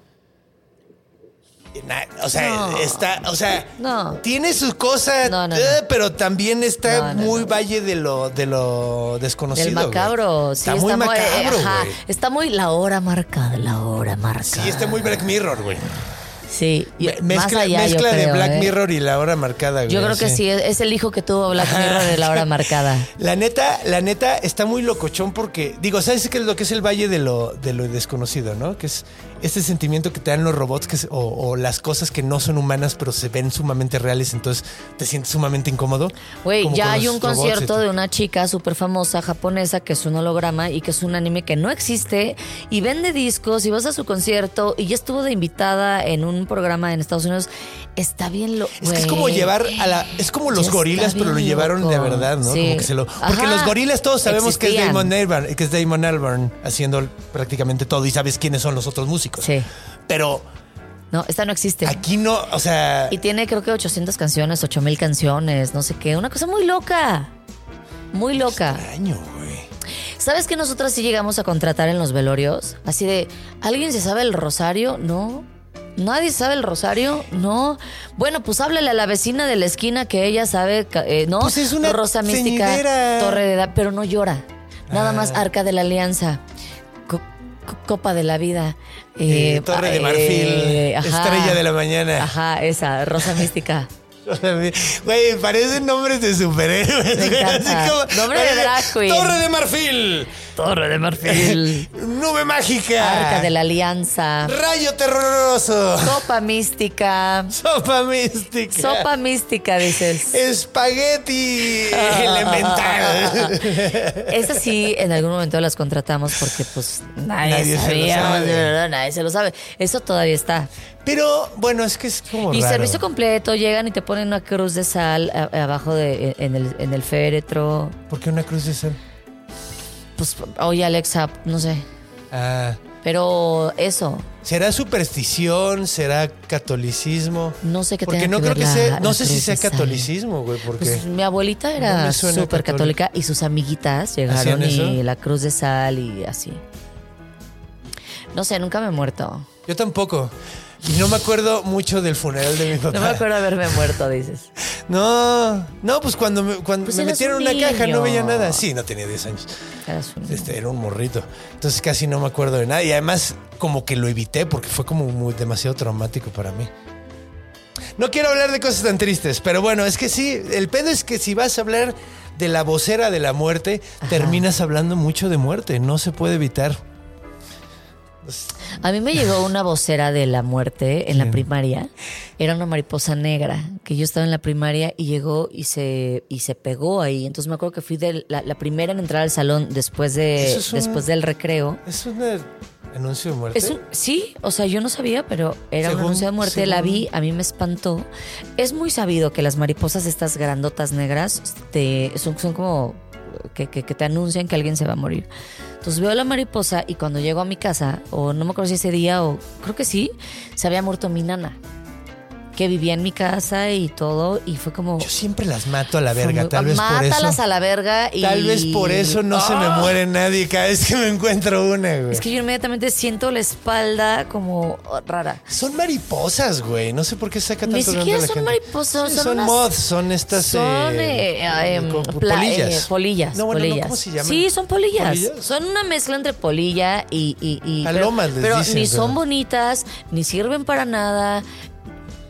Y na- O sea, No. está, o sea, No. tiene su cosa, No, no, eh, no. pero también está No, no, muy no. valle de lo, de lo desconocido. Del güey. macabro. Sí, está, muy eh, macabro, ajá, güey. Está muy la hora marcada, la hora marcada. Sí, está muy Black Mirror, güey. Sí, y Me- Mezcla, más allá, yo mezcla de creo, Black ¿eh? Mirror y la hora marcada, güey. Yo creo que sí, es es el hijo que tuvo Black Mirror de la hora marcada. La neta, la neta está muy locochón porque, digo, ¿sabes qué es lo que es el valle de lo, de lo desconocido, no? Que es este sentimiento que te dan los robots que se- o, o las cosas que no son humanas pero se ven sumamente reales, entonces te sientes sumamente incómodo. Güey, Como ya con hay los un robots y concierto todo. de una chica súper famosa japonesa que es un holograma y que es un anime que no existe y vende discos y vas a su concierto y ya estuvo de invitada en un programa en Estados Unidos. Está bien lo. Es que es como güey. llevar a la. Es como los Ya gorilas, está pero lo bien llevaron de loco. verdad, ¿no? Sí. Como que se lo. Porque Ajá. los gorilas todos sabemos que es Existían. Damon Albarn, que es Damon Albarn haciendo prácticamente todo y sabes quiénes son los otros músicos. Sí. Pero No, esta no existe. aquí no, o sea. Y tiene creo que 800 canciones, 8000 canciones, no sé qué. Una cosa muy loca. Muy loca. Extraño, güey. ¿Sabes que nosotras sí llegamos a contratar en los velorios? Así de, ¿alguien se sabe el rosario? No. Nadie sabe el rosario, no. Bueno, pues háblale a la vecina de la esquina que ella sabe, ca- eh, ¿no? Pues es una Rosa Mística, ceñidera. Ah. Torre de Edad, pero no llora. Nada más Arca de la Alianza, Co- Co- Copa de la Vida, eh, Eh, Torre de eh, Marfil, ajá. Estrella de la Mañana. Ajá, esa, Rosa Mística. Güey, parecen nombres de superhéroes. Me güey. encanta. Así Nombre de drag queen. Torre de marfil. Torre de Marfil, Nube mágica. Arca de la Alianza, Rayo terroroso. Copa Mística, Sopa mística. Sopa Mística, dices. Espagueti elemental. Esas sí, en algún momento las contratamos porque pues nadie, Nadie se lo sabía, sabe. de verdad, nadie se lo sabe. Eso todavía está. Pero bueno, es que es como Y raro. servicio completo, llegan y te ponen una cruz de sal a- abajo de, en, el, en el féretro. ¿Por qué una cruz de sal? Pues, oye Alexa, no sé. Ah, Pero eso, ¿Será superstición? ¿Será catolicismo? no sé qué Porque tenga no que creo ver que la- sea, la no sé si cruz sea de sal. catolicismo, güey, porque Pues mi abuelita No era me suena súper católica y sus amiguitas llegaron ¿Hacían y eso? la cruz de sal y así. No sé, nunca me he muerto. yo tampoco. Y no me acuerdo mucho del funeral de mi papá. No me acuerdo haberme muerto, dices. No, no, pues cuando me, cuando Pues me eras metieron un en una caja no niño. veía nada. Sí, no tenía 10 años. Eras un- Este, era un morrito. Entonces casi no me acuerdo de nada. Y además como que lo evité porque fue como muy- demasiado traumático para mí. No quiero hablar de cosas tan tristes, pero bueno, es que sí, el pedo es que si vas a hablar de la vocera de la muerte, terminas hablando mucho de muerte, no se puede evitar. A mí me llegó una vocera de la muerte en la primaria. Era una mariposa negra que yo estaba en la primaria y llegó y se, y se pegó ahí. Entonces me acuerdo que fui de la, la primera en entrar al salón después, de, Eso es una- después del recreo. Es un eh, anuncio de muerte. Es un- sí, o sea, yo no sabía, pero era Según- un anuncio de muerte. La según- vi, a mí me espantó. Es muy sabido que las mariposas, estas grandotas negras, te, son, son como que, que- que te anuncian que alguien se va a morir. Entonces veo la mariposa y cuando llego a mi casa, o no me acuerdo si ese día, o creo que sí, se había muerto mi nana, que vivía en mi casa y todo, y fue como. Yo siempre las mato a la fue verga, muy- tal vez por eso. Mátalas a la verga y. Tal vez por eso no se me ¡Ah! muere nadie cada vez que me encuentro una, güey. Es que yo inmediatamente siento la espalda como rara. Son mariposas, güey. No sé por qué saca tanto Ni de onda siquiera la son gente. mariposas, Sí, son son unas- moths, son estas. Son eh, eh, ah, em, como pla- polillas. eh, polillas. No, bueno, no, polillas. ¿cómo se llaman? Sí, son polillas. ¿Polillas? Son una mezcla entre polilla y. y, y- Palomas pero, les pero dicen, ni pero- son bonitas, ni sirven para nada.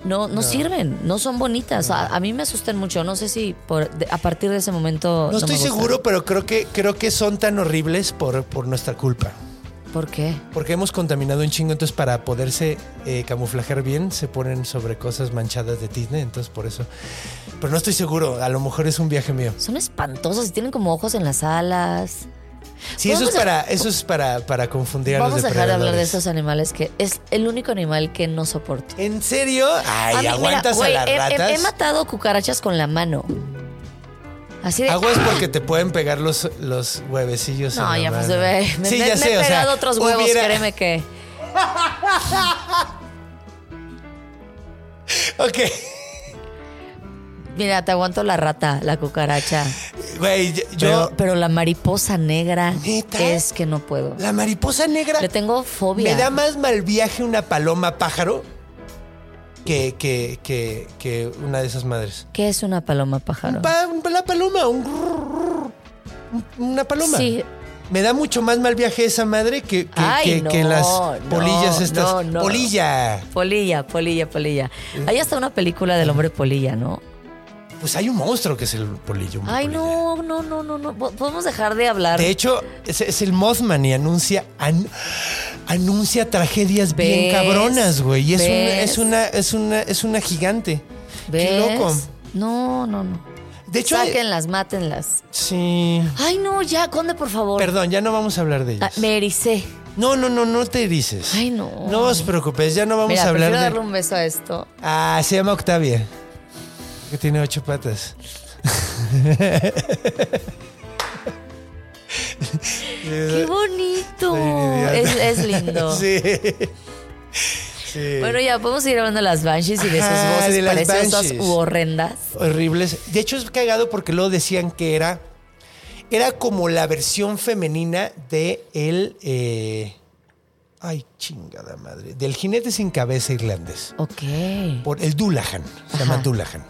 No, no, sirven, no son bonitas. A, a mí me asustan mucho. No sé si por, de- a partir de ese momento. No, me estoy gustan. seguro, pero creo que, creo que son tan horribles por, por nuestra culpa. ¿Por qué? Porque hemos contaminado un chingo, entonces para poderse eh, camuflajear bien se ponen sobre cosas manchadas de tizne, entonces por eso. Pero no estoy seguro, a lo mejor es un viaje mío. Son espantosas y tienen como ojos en las alas. Sí, eso es Vamos a- para, eso es para, para confundir a los Vamos a dejar de hablar de depredadores. esos animales que es el único animal que no soporto. ¿En serio? Ay, A mí, mira, aguantas güey, Em- a las he- he- ratas. He, matado cucarachas con la mano. Así de. Aguas porque te pueden pegar los, los huevecillos. en No, la ya pues mano. bebé. Me, Sí, me- ya me sé, he o sea, pegado otros huevos, hubiera- créeme que. Ok. Mira, te aguanto la rata, la cucaracha. Güey, yo. Pero, pero la mariposa negra ¿Neta? es que no puedo. la mariposa negra. Le tengo fobia. me da más mal viaje una paloma pájaro que, que, que, que una de esas madres. ¿Qué es una paloma pájaro? Pa- la paloma, un grrrr, un- una paloma. Sí. Me da mucho más mal viaje esa madre que, que, Ay, que- que no, las no, polillas estas. no, no. Polilla. polilla, polilla, polilla. Ahí está una película del hombre polilla, ¿no? Pues hay un monstruo que es el polillo. un Ay, polilla. no, no, no, no, no. Po- Podemos dejar de hablar. De hecho, es, es el Mothman y anuncia an- anuncia tragedias bien ¿Ves? cabronas, güey. Y es una, ¿Ves? es una, es una, es una gigante. Qué ¿Ves? loco. No, no, no. De hecho, eh, Sáquenlas, mátenlas. sí. Ay, no, ya, Conde, por favor. Perdón, ya no vamos a hablar de Ah, ellas. me ericé. No, no, no, no te dices. Ay, no. No os preocupes, ya no vamos Mira, a hablar prefiero de. darle un beso a esto. Ah, se llama Octavia. Que tiene ocho patas. ¡Qué bonito! Soy un idiota. Es, es lindo. Sí. Sí. Bueno, ya podemos ir hablando de las Banshees y de sus Ah, voces de las preciosas Banshees. u horrendas. horribles. De hecho, es cagado porque luego decían que era. Era como la versión femenina de el. eh, Ay, chingada madre. Del jinete sin cabeza irlandés. Ok. Por el Dulahan. Se llama Dulahan.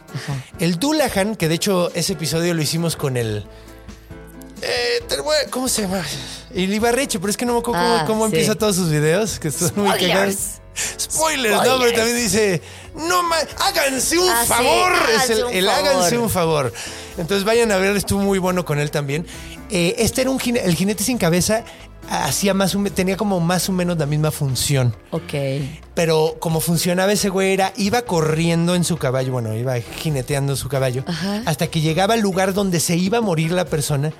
El Dulahan, que de hecho ese episodio lo hicimos con el. eh, te lo voy a- ¿Cómo se llama? El Ibarreche, pero es que no me acuerdo cómo, Ah, cómo sí. empieza todos sus videos, que están muy Spoilers. cagados. Spoilers, no, pero Spoilers. también dice, no ma- háganse un Ah, sí, favor. es el, háganse un el favor. háganse un favor. Entonces vayan a ver, estuvo muy bueno con él también. Eh, este era un jine- el jinete sin cabeza, hacía más o me- tenía como más o menos la misma función. Ok. Pero como funcionaba ese güey era, iba corriendo en su caballo, bueno, iba jineteando su caballo, hasta que llegaba al lugar donde se iba a morir la persona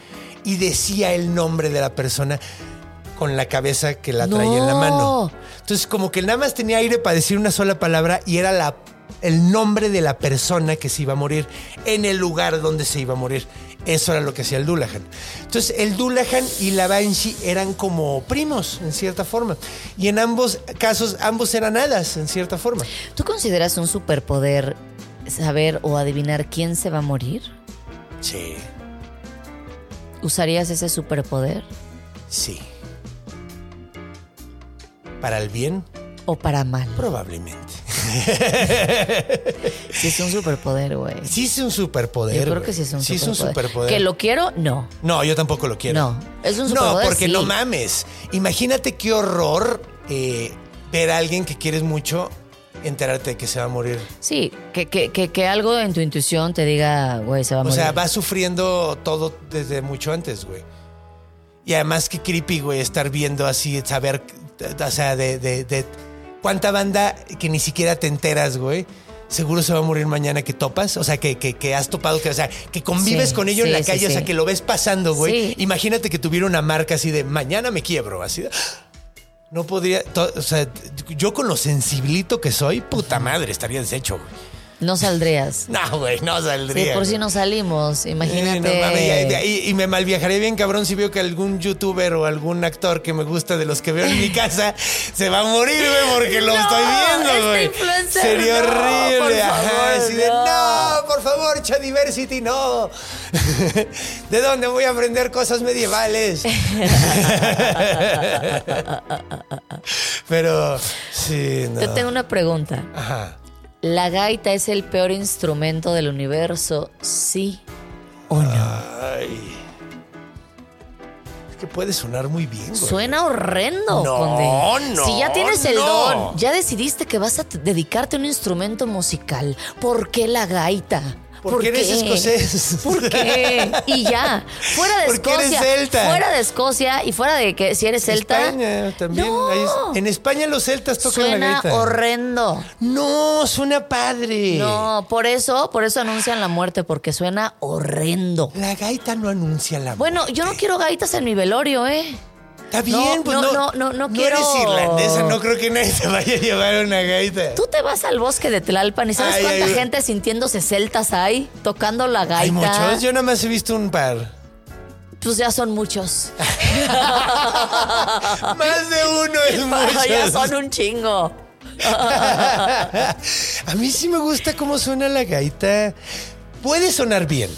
y decía el nombre de la persona con la cabeza que la traía en la mano. No. Entonces como que nada más tenía aire para decir una sola palabra y era la, el nombre de la persona que se iba a morir en el lugar donde se iba a morir. Eso era lo que hacía el Dulahan. Entonces el Dulahan y la Banshee eran como primos, en cierta forma. Y en ambos casos, ambos eran hadas, en cierta forma. ¿Tú consideras un superpoder saber o adivinar quién se va a morir? Sí, ¿Usarías ese superpoder? sí. Para el bien, ¿O para mal? probablemente. Si es un superpoder, güey. Sí es un superpoder. Yo creo güey. que sí es un superpoder. superpoder. ¿Que lo quiero? No. No, yo tampoco lo quiero. No, es un No, superpoder, porque sí. no mames. Imagínate qué horror eh, ver a alguien que quieres mucho enterarte de que se va a morir. Sí, que, que, que, que algo en tu intuición te diga, güey, se va a O morir. sea, vas sufriendo todo desde mucho antes, güey. Y además qué creepy, güey, estar viendo así, saber, o sea, de, de- de cuánta banda que ni siquiera te enteras, güey. Seguro se va a morir mañana que topas, o sea, que, que- que has topado, que, o sea, que convives Sí, con ello en sí, la sí, calle, o sea, sí. que lo ves pasando, güey. Sí. Imagínate que tuviera una marca así de mañana me quiebro, así de- No podría, to- o sea, yo con lo sensibilito que soy, puta madre, estaría deshecho, güey. No saldrías. No, güey, no Sí, saldría. por si güey. no salimos, Sí, Eh, no mames, imagínate. y, y- y me malviajaré bien cabrón si veo que algún youtuber o algún actor que me gusta de los que veo en mi casa se va a morir, güey, porque lo No, estoy viendo, este güey. influencer, Sería no, horrible. por Ajá, favor, así de, no. no, por favor, Chadiversity, no. ¿De dónde voy a aprender cosas medievales? Pero, sí, no. Yo tengo una pregunta. Ajá. ¿La gaita es el peor instrumento del universo? Sí. Oh, Ah, Ay. Es que puede sonar muy bien, güey. Suena horrendo, No, Conde. no, si ya tienes el no. don, ya decidiste que vas a t- dedicarte a un instrumento musical. ¿Por qué la gaita? Porque eres qué? escocés. ¿Por qué? Y ya, fuera de Porque eres Escocia. celta. Fuera de Escocia y fuera de que si eres celta. España también. No. ahí es- en España los celtas tocan la Suena gaita. horrendo. No, suena padre. No, por eso, por eso anuncian la muerte, porque suena horrendo. La gaita no anuncia la Bueno, yo no quiero gaitas en mi velorio, ¿eh? Está bien, pues no, no. no, no, no quiero- eres irlandesa, no creo que nadie te vaya a llevar una gaita. Tú te vas al bosque de Tlalpan y ¿sabes Ay, cuánta ay, ay. gente sintiéndose celtas hay tocando la gaita? Hay muchos, yo nada más he visto un par. Pues ya son muchos. Más de uno es mucho. ya son un chingo. A mí sí me gusta cómo suena la gaita. Puede sonar bien,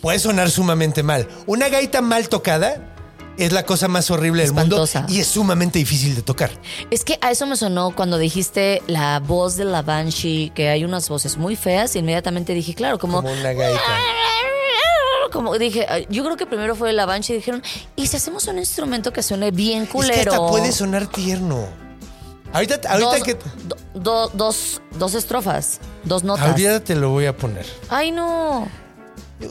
puede sonar sumamente mal. Una gaita mal tocada es la cosa más horrible del Espantosa. mundo y es sumamente difícil de tocar. Es que a eso me sonó cuando dijiste la voz de la Banshee, que hay unas voces muy feas. Inmediatamente dije, claro, como. Como una gaita. Como dije, ay, yo creo que primero fue la Banshee y dijeron, ¿y si hacemos un instrumento que suene bien culero? Es que hasta puede sonar tierno. Ahorita, ahorita dos, que do- do- dos, dos estrofas, dos notas. ahorita te lo voy a poner. Ay, no.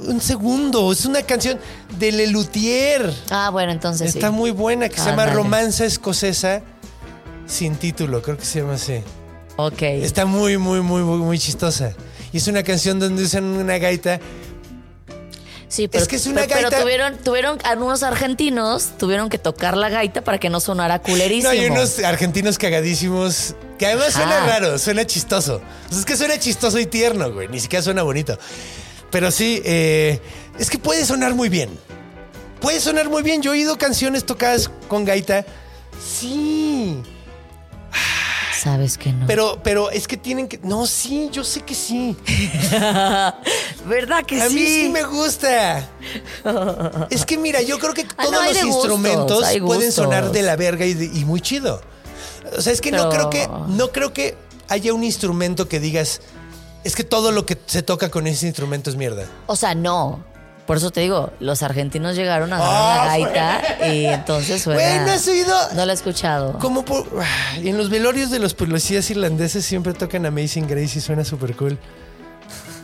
Un segundo, es una canción de Lelutier. Ah, bueno, entonces Está sí. muy buena que se llama Ándale. Romanza Escocesa sin título, creo que se llama así. Ok. Está muy, muy, muy, muy, muy chistosa. Y es una canción donde usan una gaita. Sí, pero, Es que es una pero- pero gaita- tuvieron, tuvieron algunos argentinos tuvieron que tocar la gaita para que no sonara No, culerísimo. hay unos argentinos cagadísimos. Que además suena Ajá. raro, suena chistoso. O sea, es que suena chistoso y tierno, güey. Ni siquiera suena bonito. Pero sí, eh, es que puede sonar muy bien. Puede sonar muy bien. Yo he oído canciones tocadas con gaita. Sí. Sabes que no. Pero, pero es que tienen que. No, sí, yo sé que sí. ¿Verdad que A sí? mí sí me gusta. Es que mira, yo creo que Ah, no, todos hay los de gustos, instrumentos hay pueden sonar gustos. de la verga y, de- y muy chido. O sea, es que no creo Pero- que, no creo que haya un instrumento que digas, es que todo lo que se toca con ese instrumento es mierda. O sea, no. Por eso te digo, los argentinos llegaron a dar la gaita y entonces suena. Ah, Bueno, has oído- No la he escuchado. Como por- y en los velorios de los policías irlandeses siempre tocan Amazing Grace y suena súper cool.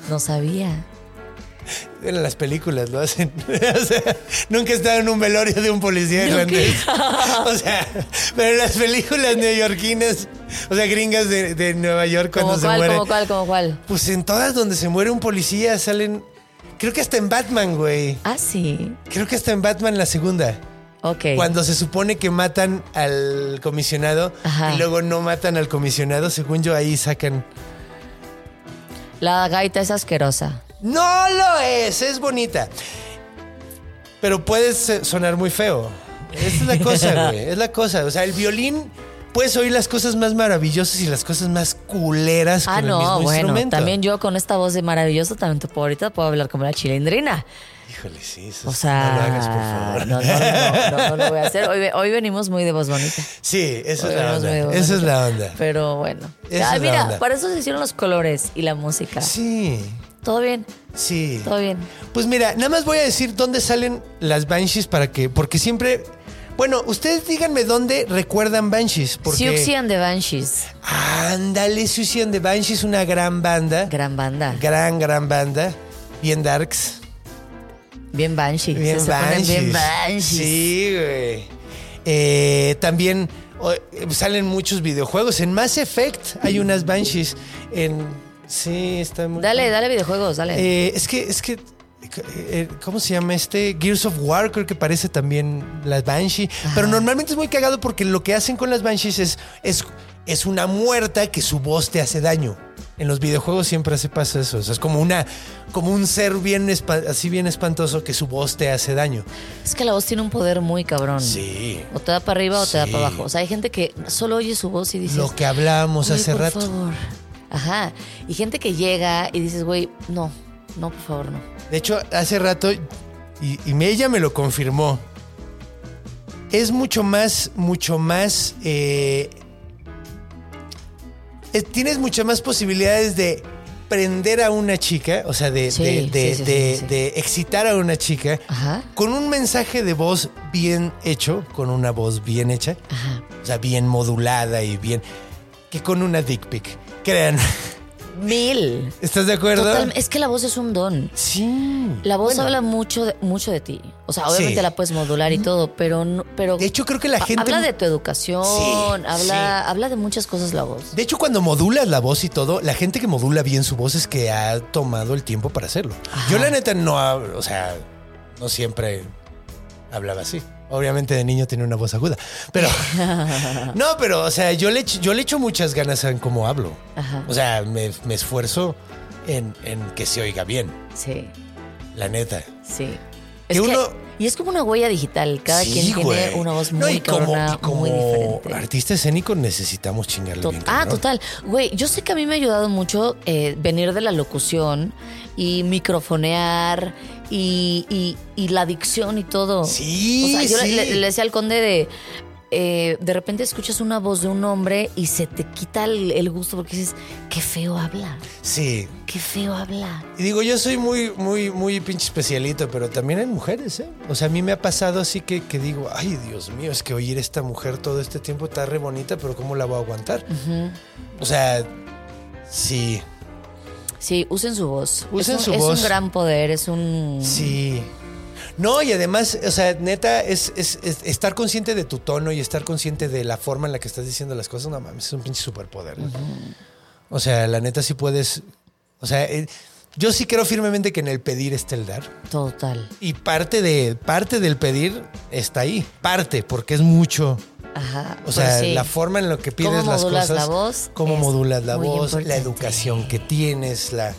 No sabía. En las películas lo hacen. O sea, nunca he estado en un velorio de un policía irlandés. O sea, pero en las películas neoyorquinas, o sea, gringas de, de Nueva York cuando ¿Como se cuál, muere. como cuál, como cuál? Pues en todas donde se muere un policía salen. Creo que hasta en Batman, güey. Ah, sí. Creo que hasta en Batman la segunda. Ok. Cuando se supone que matan al comisionado Ajá. y luego no matan al comisionado, según yo ahí sacan. La gaita es asquerosa. No lo es, es bonita. Pero puedes eh, sonar muy feo. Esa es la cosa, güey. Es la cosa. O sea, el violín puedes oír las cosas más maravillosas y las cosas más culeras Ah, con el mismo no, bueno. instrumento. También yo con esta voz de maravilloso también te puedo, ahorita puedo hablar como la chilindrina. Híjole, sí, eso O es- sea, Pues, no lo hagas, por favor. No, no, no, no, no lo voy a hacer. Hoy, ve- hoy venimos muy de voz bonita. Sí, esa es Hoy la venimos muy de onda. voz Esa es bonita. la onda. Pero bueno. Esa Ah, es la mira, onda. para eso se hicieron los colores y la música. Sí, Todo bien, sí. todo bien. Pues mira, nada más voy a decir dónde salen las Banshees para que. Porque siempre. Bueno, ustedes díganme dónde recuerdan Banshees. Porque. Siouxsie and the Banshees. Ándale, Susie and the Banshees, una gran banda. Gran banda. Gran, gran banda. Bien darks. Bien Banshee. Bien se Banshees. ponen bien Banshees. Sí, güey. Eh, también o- eh, salen muchos videojuegos. En Mass Effect hay unas Banshees. En. Sí, está muy. Dale, dale videojuegos, dale. Eh, es que, es que, eh, ¿cómo se llama este? Gears of War, creo que parece también las Banshee. Pero normalmente es muy cagado porque lo que hacen con las Banshees es, es, es una muerta que su voz te hace daño. En los videojuegos siempre se pasa eso. O sea, es como una, como un ser bien espa- así bien espantoso que su voz te hace daño. es que la voz tiene un poder muy cabrón. Sí. O te da para arriba o te da Sí. para abajo. O sea, hay gente que solo oye su voz y dice. Lo que hablábamos hace por rato. favor. Ajá. Y gente que llega y dices, güey, no, no, por favor, no. De hecho, hace rato, y, y me- ella me lo confirmó, es mucho más, mucho más... eh, eh, tienes muchas más posibilidades de prender a una chica, o sea, de, Sí, de- de- sí, sí, de- sí, sí. de excitar a una chica Ajá. con un mensaje de voz bien hecho, con una voz bien hecha, Ajá. o sea, bien modulada y bien... que con una dick pic. Crean, Mil. ¿estás de acuerdo? Total- es que la voz es un don. Sí. La voz habla mucho de, mucho de ti. O sea, obviamente Sí. la puedes modular y todo, pero no- pero De hecho, creo que la ha- gente- habla de tu educación, Sí, habla sí. habla de muchas cosas la voz. De hecho, cuando modulas la voz y todo, la gente que modula bien su voz es que ha tomado el tiempo para hacerlo. Yo la neta no hablo, o sea, no siempre hablaba así. Obviamente de niño tenía una voz aguda, pero no, pero o sea, yo le echo- yo le echo muchas ganas en cómo hablo. Ajá. O sea, me, me esfuerzo en, en que se oiga bien, Sí, la neta. sí. Que Es que- uno- y es como una huella digital. Cada Sí, quien güey. tiene una voz No, muy y como, cabrona, y como muy diferente. artista escénico necesitamos chingarle To- bien. ah, cabrón. total. Güey, yo sé que a mí me ha ayudado mucho eh, venir de la locución y microfonear y, y- y la dicción y todo. Sí, O sea, yo le- sí. le, le decía al conde de. eh, de repente escuchas una voz de un hombre y se te quita el, el gusto porque dices, qué feo habla, Sí, qué feo habla. Y digo, yo soy muy, muy, muy pinche especialito, pero también en mujeres, ¿eh? O sea, a mí me ha pasado así que, que digo, ay, Dios mío, es que oír esta mujer todo este tiempo está re bonita, pero ¿cómo la voy a aguantar? O sea, sí, Sí, usen su voz. Usen es su un, Es voz. un gran poder, es un... sí. No, y además, o sea, neta, es, es- es estar consciente de tu tono y estar consciente de la forma en la que estás diciendo las cosas, no mames, es un pinche superpoder. ¿no? O sea, la neta sí puedes, o sea, eh, yo sí creo firmemente que en el pedir está el dar. Total. Y parte de parte del pedir está ahí. Parte, porque es mucho. Ajá. O sea, pues sí. la forma en la que pides ¿Cómo las modulas cosas. la voz? Cómo Es modulas la muy voz, la importante. educación que tienes, la,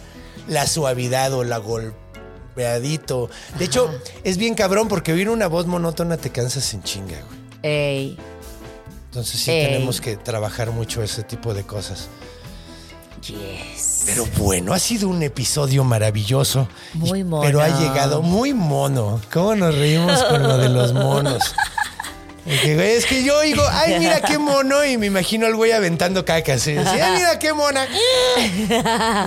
la suavidad o la golpeadito. De hecho, es bien cabrón porque oír una voz monótona te cansas en chinga, güey. Ey. Entonces sí Ey. tenemos que trabajar mucho ese tipo de cosas. Yes. Pero bueno, ha sido un episodio maravilloso. Muy Y- mono. Pero ha llegado muy mono. ¿Cómo nos reímos con lo de los monos? Que, güey, Es que yo digo, ay, mira qué mono, y me imagino al güey aventando cacas. ¿sí? Así, ay, mira qué mona.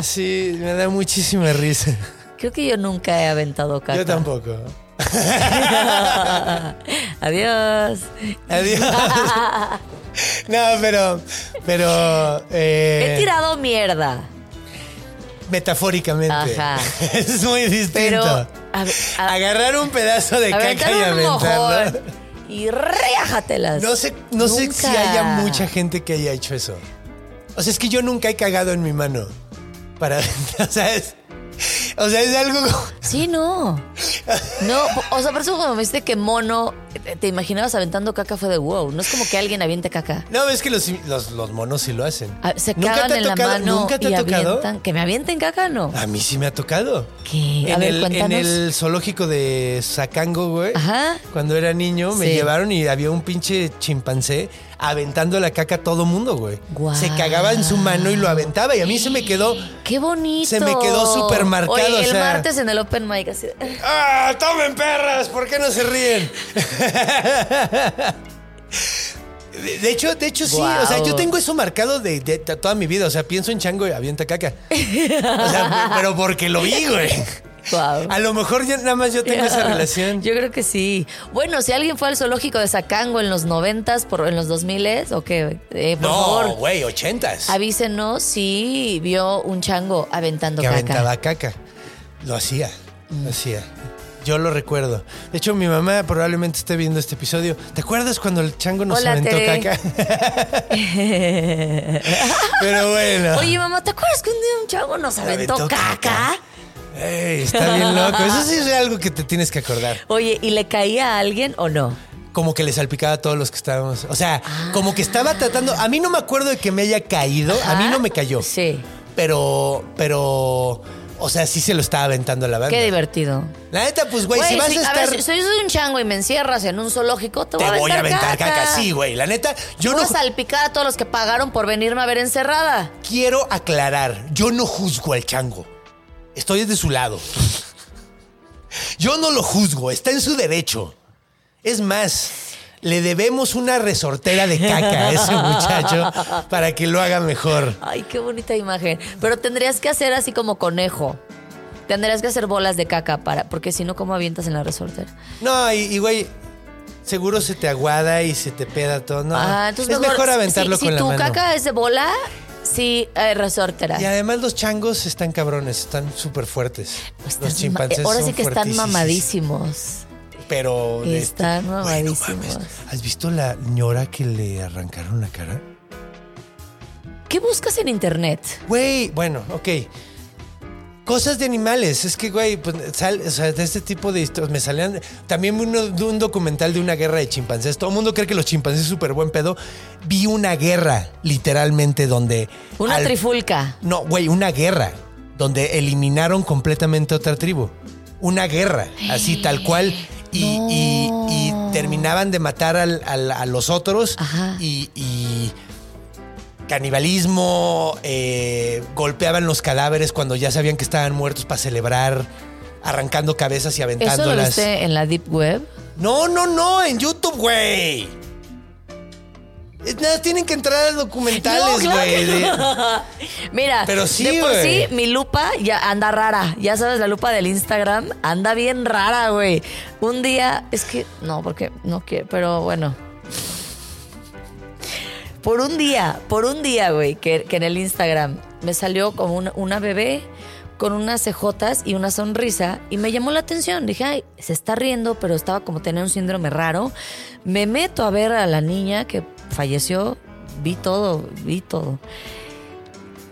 Sí, me da muchísima risa. Creo que yo nunca he aventado caca. Yo tampoco. Adiós. Adiós. No, pero, pero He eh, tirado mierda. metafóricamente Ajá. es muy Pero. distinto. a ver, a- Agarrar un pedazo de caca aventar y un aventarlo. mojón y réjatelas. No sé, no sé si Nunca. haya mucha gente que haya hecho eso. O sea, es que yo nunca he cagado en mi mano. Para, o sea, es, o sea, es algo como- Sí, no. No, o sea, por eso cuando me dijiste que mono, te- te imaginabas aventando caca fue de wow. No es como que alguien aviente caca. No, es que los, los, los monos sí lo hacen. A- Ah, Se ¿Nunca te cagan ha en la tocado- mano ¿Nunca te y ha tocado? Ah. avientan. ¿Que me avienten caca? No. A mí sí me ha tocado. ¿Qué? A en, ver, el, en cuéntanos. el zoológico de Sacango, güey. Ajá. Cuando era niño, me Sí. llevaron y había un pinche chimpancé aventando la caca a todo mundo, güey. Guau. Se cagaba en su mano y lo aventaba. Y a mí se me quedó. ¡Qué bonito! Se me quedó súper marcado, Oye, o el sea- martes en el Open Mic así. de- ¡Ah! ¡Tomen perras! ¿Por qué no se ríen? De- De hecho, de hecho sí, o sea, Guau. yo tengo eso marcado de, de t- toda mi vida, o sea, pienso en chango y avienta caca. O sea, pe- pero porque lo vi, güey. Guau. A lo mejor ya nada más yo tengo esa relación. Yo creo que sí. Bueno, si alguien fue al zoológico de Sacango en los 90s, por, en los 2000s, o qué, eh, por no, favor, güey, ochentas. avísenos si vio un chango aventando Que caca. Mm. aventaba caca. Lo hacía, lo hacía. Yo lo recuerdo. De hecho, mi mamá probablemente esté viendo este episodio. ¿Te acuerdas cuando el chango nos Hola, aventó Tere. caca? Pero bueno. Oye, mamá, ¿te acuerdas que un día un chango nos aventó, aventó caca? caca. Ey, está bien loco. Eso sí es algo que te tienes que acordar. Oye, ¿y le caía a alguien o no? Como que le salpicaba a todos los que estábamos. O sea, Ah. como que estaba tratando. A mí no me acuerdo de que me haya caído. A mí Ajá. no me cayó. Sí. Pero, pero. O sea, sí se lo estaba aventando a la banda. Qué divertido. La neta, pues, güey, si Güey, vas sí, a estar. ver, si yo soy un chango y me encierras en un zoológico, te, te voy a aventar caca. Sí, güey. güey. La neta, yo Voy no a salpicar a todos los que pagaron por venirme a ver encerrada. ju- quiero aclarar. Yo no juzgo al chango. Estoy de su lado. Yo no lo juzgo. Está en su derecho. Es más, le debemos una resortera de caca a ese muchacho para que lo haga mejor. Ay, qué bonita imagen. Pero tendrías que hacer así como conejo. Tendrías que hacer bolas de caca para, porque si no, ¿cómo avientas en la resortera? No, y, y, güey, seguro se te aguada y se te peda todo. No, Ah, entonces es mejor, aventarlo si, con si la tu mano. caca es de bola, sí, eh, resortera. Y además los changos están cabrones, están súper fuertes. Están los Pues ma- eh, chimpancés Ahora sí son que están fuertísimos. mamadísimos. Pero de- Están Güey, no mamadísimos. mames. ¿Has visto la ñora que le arrancaron la cara? ¿Qué buscas en internet? Güey, bueno, ok. Cosas de animales, es que, güey, pues, sal- o sea, de este tipo de historias me salían. También uno, de un documental de una guerra de chimpancés. Todo el mundo cree que los chimpancés es súper buen pedo. Vi una guerra, literalmente, donde. Una al- trifulca. No, güey, una guerra donde eliminaron completamente otra tribu. Una guerra, así tal cual. Y, y- y terminaban de matar al- al- a los otros. Ajá. Y, y canibalismo, eh, golpeaban los cadáveres cuando ya sabían que estaban muertos para celebrar, arrancando cabezas y ¿Eso lo aventándolas. viste en la Deep Web? No, no, no, en YouTube, güey. Es Nada, tienen que entrar a documentales, No, claro güey. que de- Mira, Pero sí, de por güey. sí, mi lupa ya anda rara. Ya sabes, la lupa del Instagram anda bien rara, güey. Un día, es que, no, porque no quiero, pero bueno. Por un día, por un día, güey, que, que en el Instagram me salió como una, una bebé con unas cejotas y una sonrisa y me llamó la atención. Dije, ay, se está riendo, pero estaba como teniendo un síndrome raro. Me meto a ver a la niña que falleció. Vi todo, vi todo.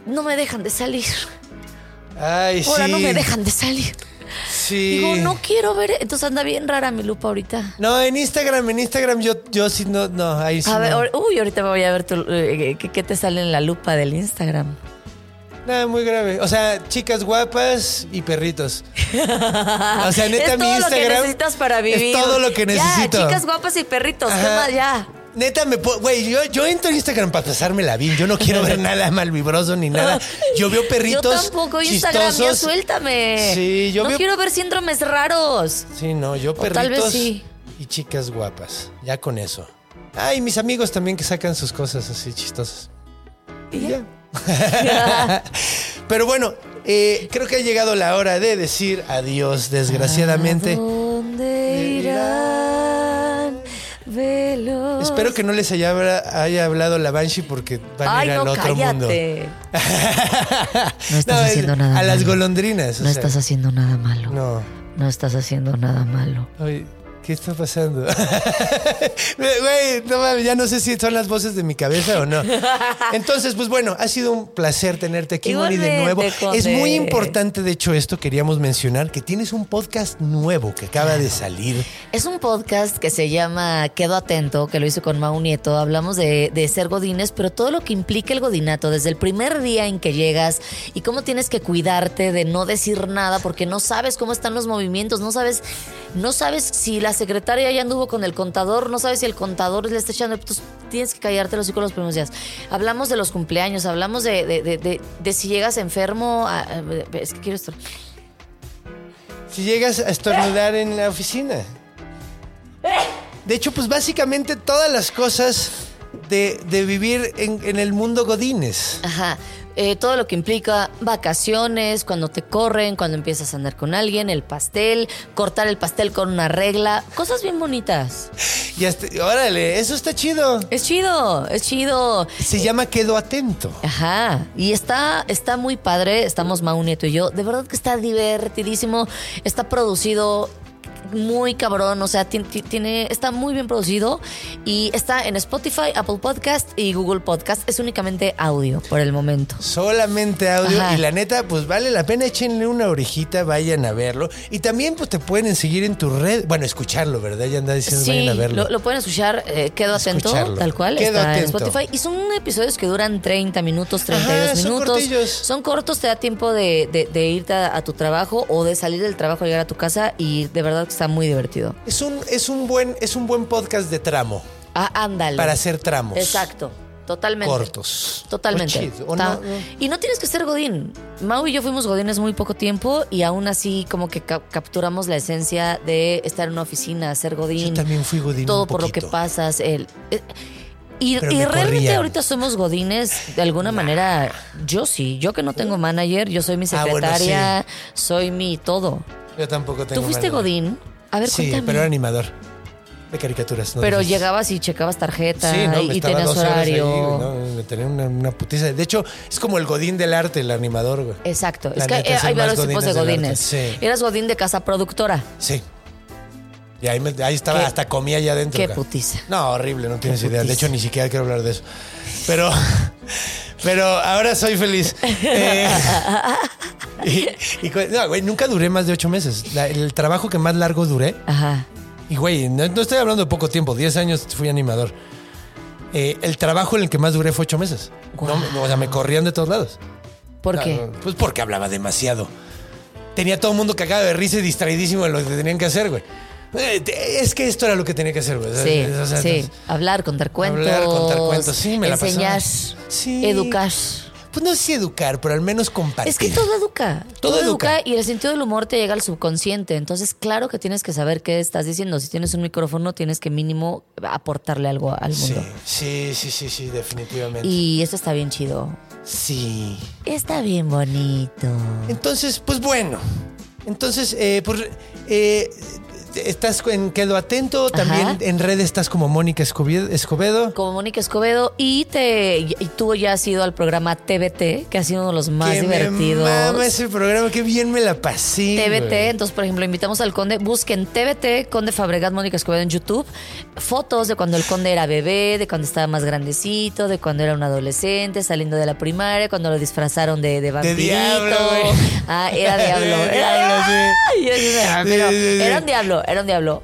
No me dejan de salir. Ay, Ahora sí. no me dejan de salir. Sí. Digo, no quiero ver. Entonces anda bien rara mi lupa ahorita. No, en Instagram, en Instagram yo, yo sí no, no, ahí sí. A ver, no. ahor- uy, ahorita me voy a ver tu- eh, qué qué te sale en la lupa del Instagram. Nada, muy grave. O sea, chicas guapas y perritos. O sea, neta, es mi todo lo que Instagram. necesitas para vivir. Es todo lo que necesito. Ya, chicas guapas y perritos, ¿qué Ajá. más? Ya. Neta, me po- güey, yo, yo entro a Instagram para pasármela bien. Yo no quiero ver nada malvibroso ni nada. Yo veo perritos. Yo tampoco, Instagram, ya chistosos. suéltame. Sí, yo no veo- quiero ver síndromes raros. Sí, no, yo tal perritos. vez sí. Y y chicas guapas. Ya con eso. Ay, mis amigos también que sacan sus cosas así chistosas. Y ya. Pero bueno, eh, creo que ha llegado la hora de decir adiós, desgraciadamente. ¿Dónde irán? Velo. Espero que no les haya, habla- haya hablado la Banshee porque van a Ay, ir al no, otro mundo. cállate. No estás es- haciendo nada A las malo. golondrinas. o No sea, estás haciendo nada malo. No. No. estás haciendo nada malo. Ay, ¿Qué está pasando? Güey, no mames, ya no sé si son las voces de mi cabeza o no. Entonces, pues bueno, ha sido un placer tenerte aquí, Moni, de Igualmente, nuevo. Es Conde. muy importante, de hecho, esto queríamos mencionar, que tienes un podcast nuevo que acaba de salir. Es un podcast que se llama Quedo Atento, que lo hice con Mau Nieto. Hablamos de, de ser godines, pero todo lo que implica el godinato, desde el primer día en que llegas y cómo tienes que cuidarte de no decir nada porque no sabes cómo están los movimientos, no sabes, no sabes si la secretaria ya anduvo con el contador, no sabes si el contador le está echando. Entonces, tienes que callarte los hocico los primeros días. Hablamos de los cumpleaños, hablamos de, de- de- de- de si llegas enfermo. a- a- es que quiero esto. Si llegas a estornudar en la oficina. De hecho, pues básicamente todas las cosas de, de vivir en, en el mundo godines. Ajá. Eh, todo lo que implica vacaciones, cuando te corren, cuando empiezas a andar con alguien, el pastel, cortar el pastel con una regla, cosas bien bonitas. Y hasta- órale, eso está chido. Es chido, es chido. Se llama Quedo Atento. Ajá, y está, está muy padre, estamos Mau Nieto y yo, de verdad que está divertidísimo, está producido muy cabrón, o sea, tien- ti- tiene, está muy bien producido y está en Spotify, Apple Podcast y Google Podcast, es únicamente audio por el momento. Solamente audio. Ajá. Y la neta, pues vale la pena. Échenle una orejita, vayan a verlo. Y también, pues te pueden seguir en tu red. Bueno, escucharlo, ¿verdad? Ya anda diciendo, vayan a verlo. Lo, lo pueden escuchar, eh, quedo atento, Escucharlo. tal cual, Quedo está atento. en Spotify. Y son episodios que duran 30 minutos, 32 Ajá, son minutos. cortillos. Son cortos, te da tiempo de, de- de irte a, a tu trabajo o de salir del trabajo, llegar a tu casa y de verdad que está muy divertido. Es, un, es, un buen, es un buen podcast de tramo. Ah, ándale. Para hacer tramos. Exacto, totalmente. Cortos. Totalmente. O chido, o Está- no, no. Y no tienes que ser Godín. Mau y yo fuimos Godines muy poco tiempo y aún así como que ca- capturamos la esencia de estar en una oficina, ser Godín. Yo también fui godín Todo un por lo que poquito. pasas. El, eh, y Pero y me realmente corrían. ahorita somos Godines de alguna manera. Yo sí, yo que no tengo manager, yo soy mi Uh. Ah, bueno, secretaria, soy mi todo. Yo tampoco tengo. ¿Tú fuiste manera. Godín? A ver, Sí, cuéntame. pero era animador. De caricaturas. ¿no? Pero Entonces- llegabas y checabas tarjeta Sí, no, y- me y estaba tenías dos horas ahí, horario. güey, no, me tenía una, una putiza. De hecho, es como el godín del arte, el animador, güey. Exacto. La es que neta, eh, son hay más varios tipos de godines. godines del arte. Sí. Eras godín de casa productora. Sí. Y ahí, me- ahí estaba, Qué- hasta comía allá adentro. qué cara. putiza. No, horrible, no tienes Qué idea. De putiza. hecho, ni siquiera quiero hablar de eso. Pero, pero ahora soy feliz. Eh, y, y cu- no, güey, nunca duré más de ocho meses. La- el trabajo que más largo duré, Ajá. y güey, no, no estoy hablando de poco tiempo, 10 años fui animador. Eh, el trabajo en el que más duré fue ocho meses. No, Guau. o sea, me corrían de todos lados. ¿Por Ah, qué? Pues porque hablaba demasiado. Tenía todo el mundo cagado de risa y distraidísimo de lo que tenían que hacer, güey. Eh, te- Es que esto era lo que tenía que hacer, güey. Sí, O sea, sí. entonces, Hablar, contar cuentos. hablar, contar cuentos. Sí, me la Enseñar. pasaba. Sí. Educar. Pues no sé si educar, pero al menos compartir. Es que todo educa. Todo educa. y el sentido del humor te llega al subconsciente. Entonces, claro que tienes que saber qué estás diciendo. Si tienes un micrófono, tienes que mínimo aportarle algo al Sí, mundo. sí, sí, sí, sí, definitivamente. Y eso está bien chido. Sí. Está bien bonito. Entonces, pues bueno. Entonces, eh, pues, eh, estás en Quedo Atento. También Ajá. en redes estás como Mónica Escobe- Escobedo. como Mónica Escobedo y te y tú ya has ido al programa TBT, que ha sido uno de los más Que me divertidos. Mama ese programa, qué bien me la pasé. TBT, güey. entonces por ejemplo invitamos al conde, busquen TBT, Conde Fabregat, Mónica Escobedo en YouTube, fotos de cuando el conde era bebé, de cuando estaba más grandecito, de cuando era un adolescente, saliendo de la primaria, cuando lo disfrazaron de, de vampirito. diablo, güey. ah, era diablo. De era diablo, sí. Ay, Dios Sí, mío, pero sí, sí. era un diablo, era un diablo.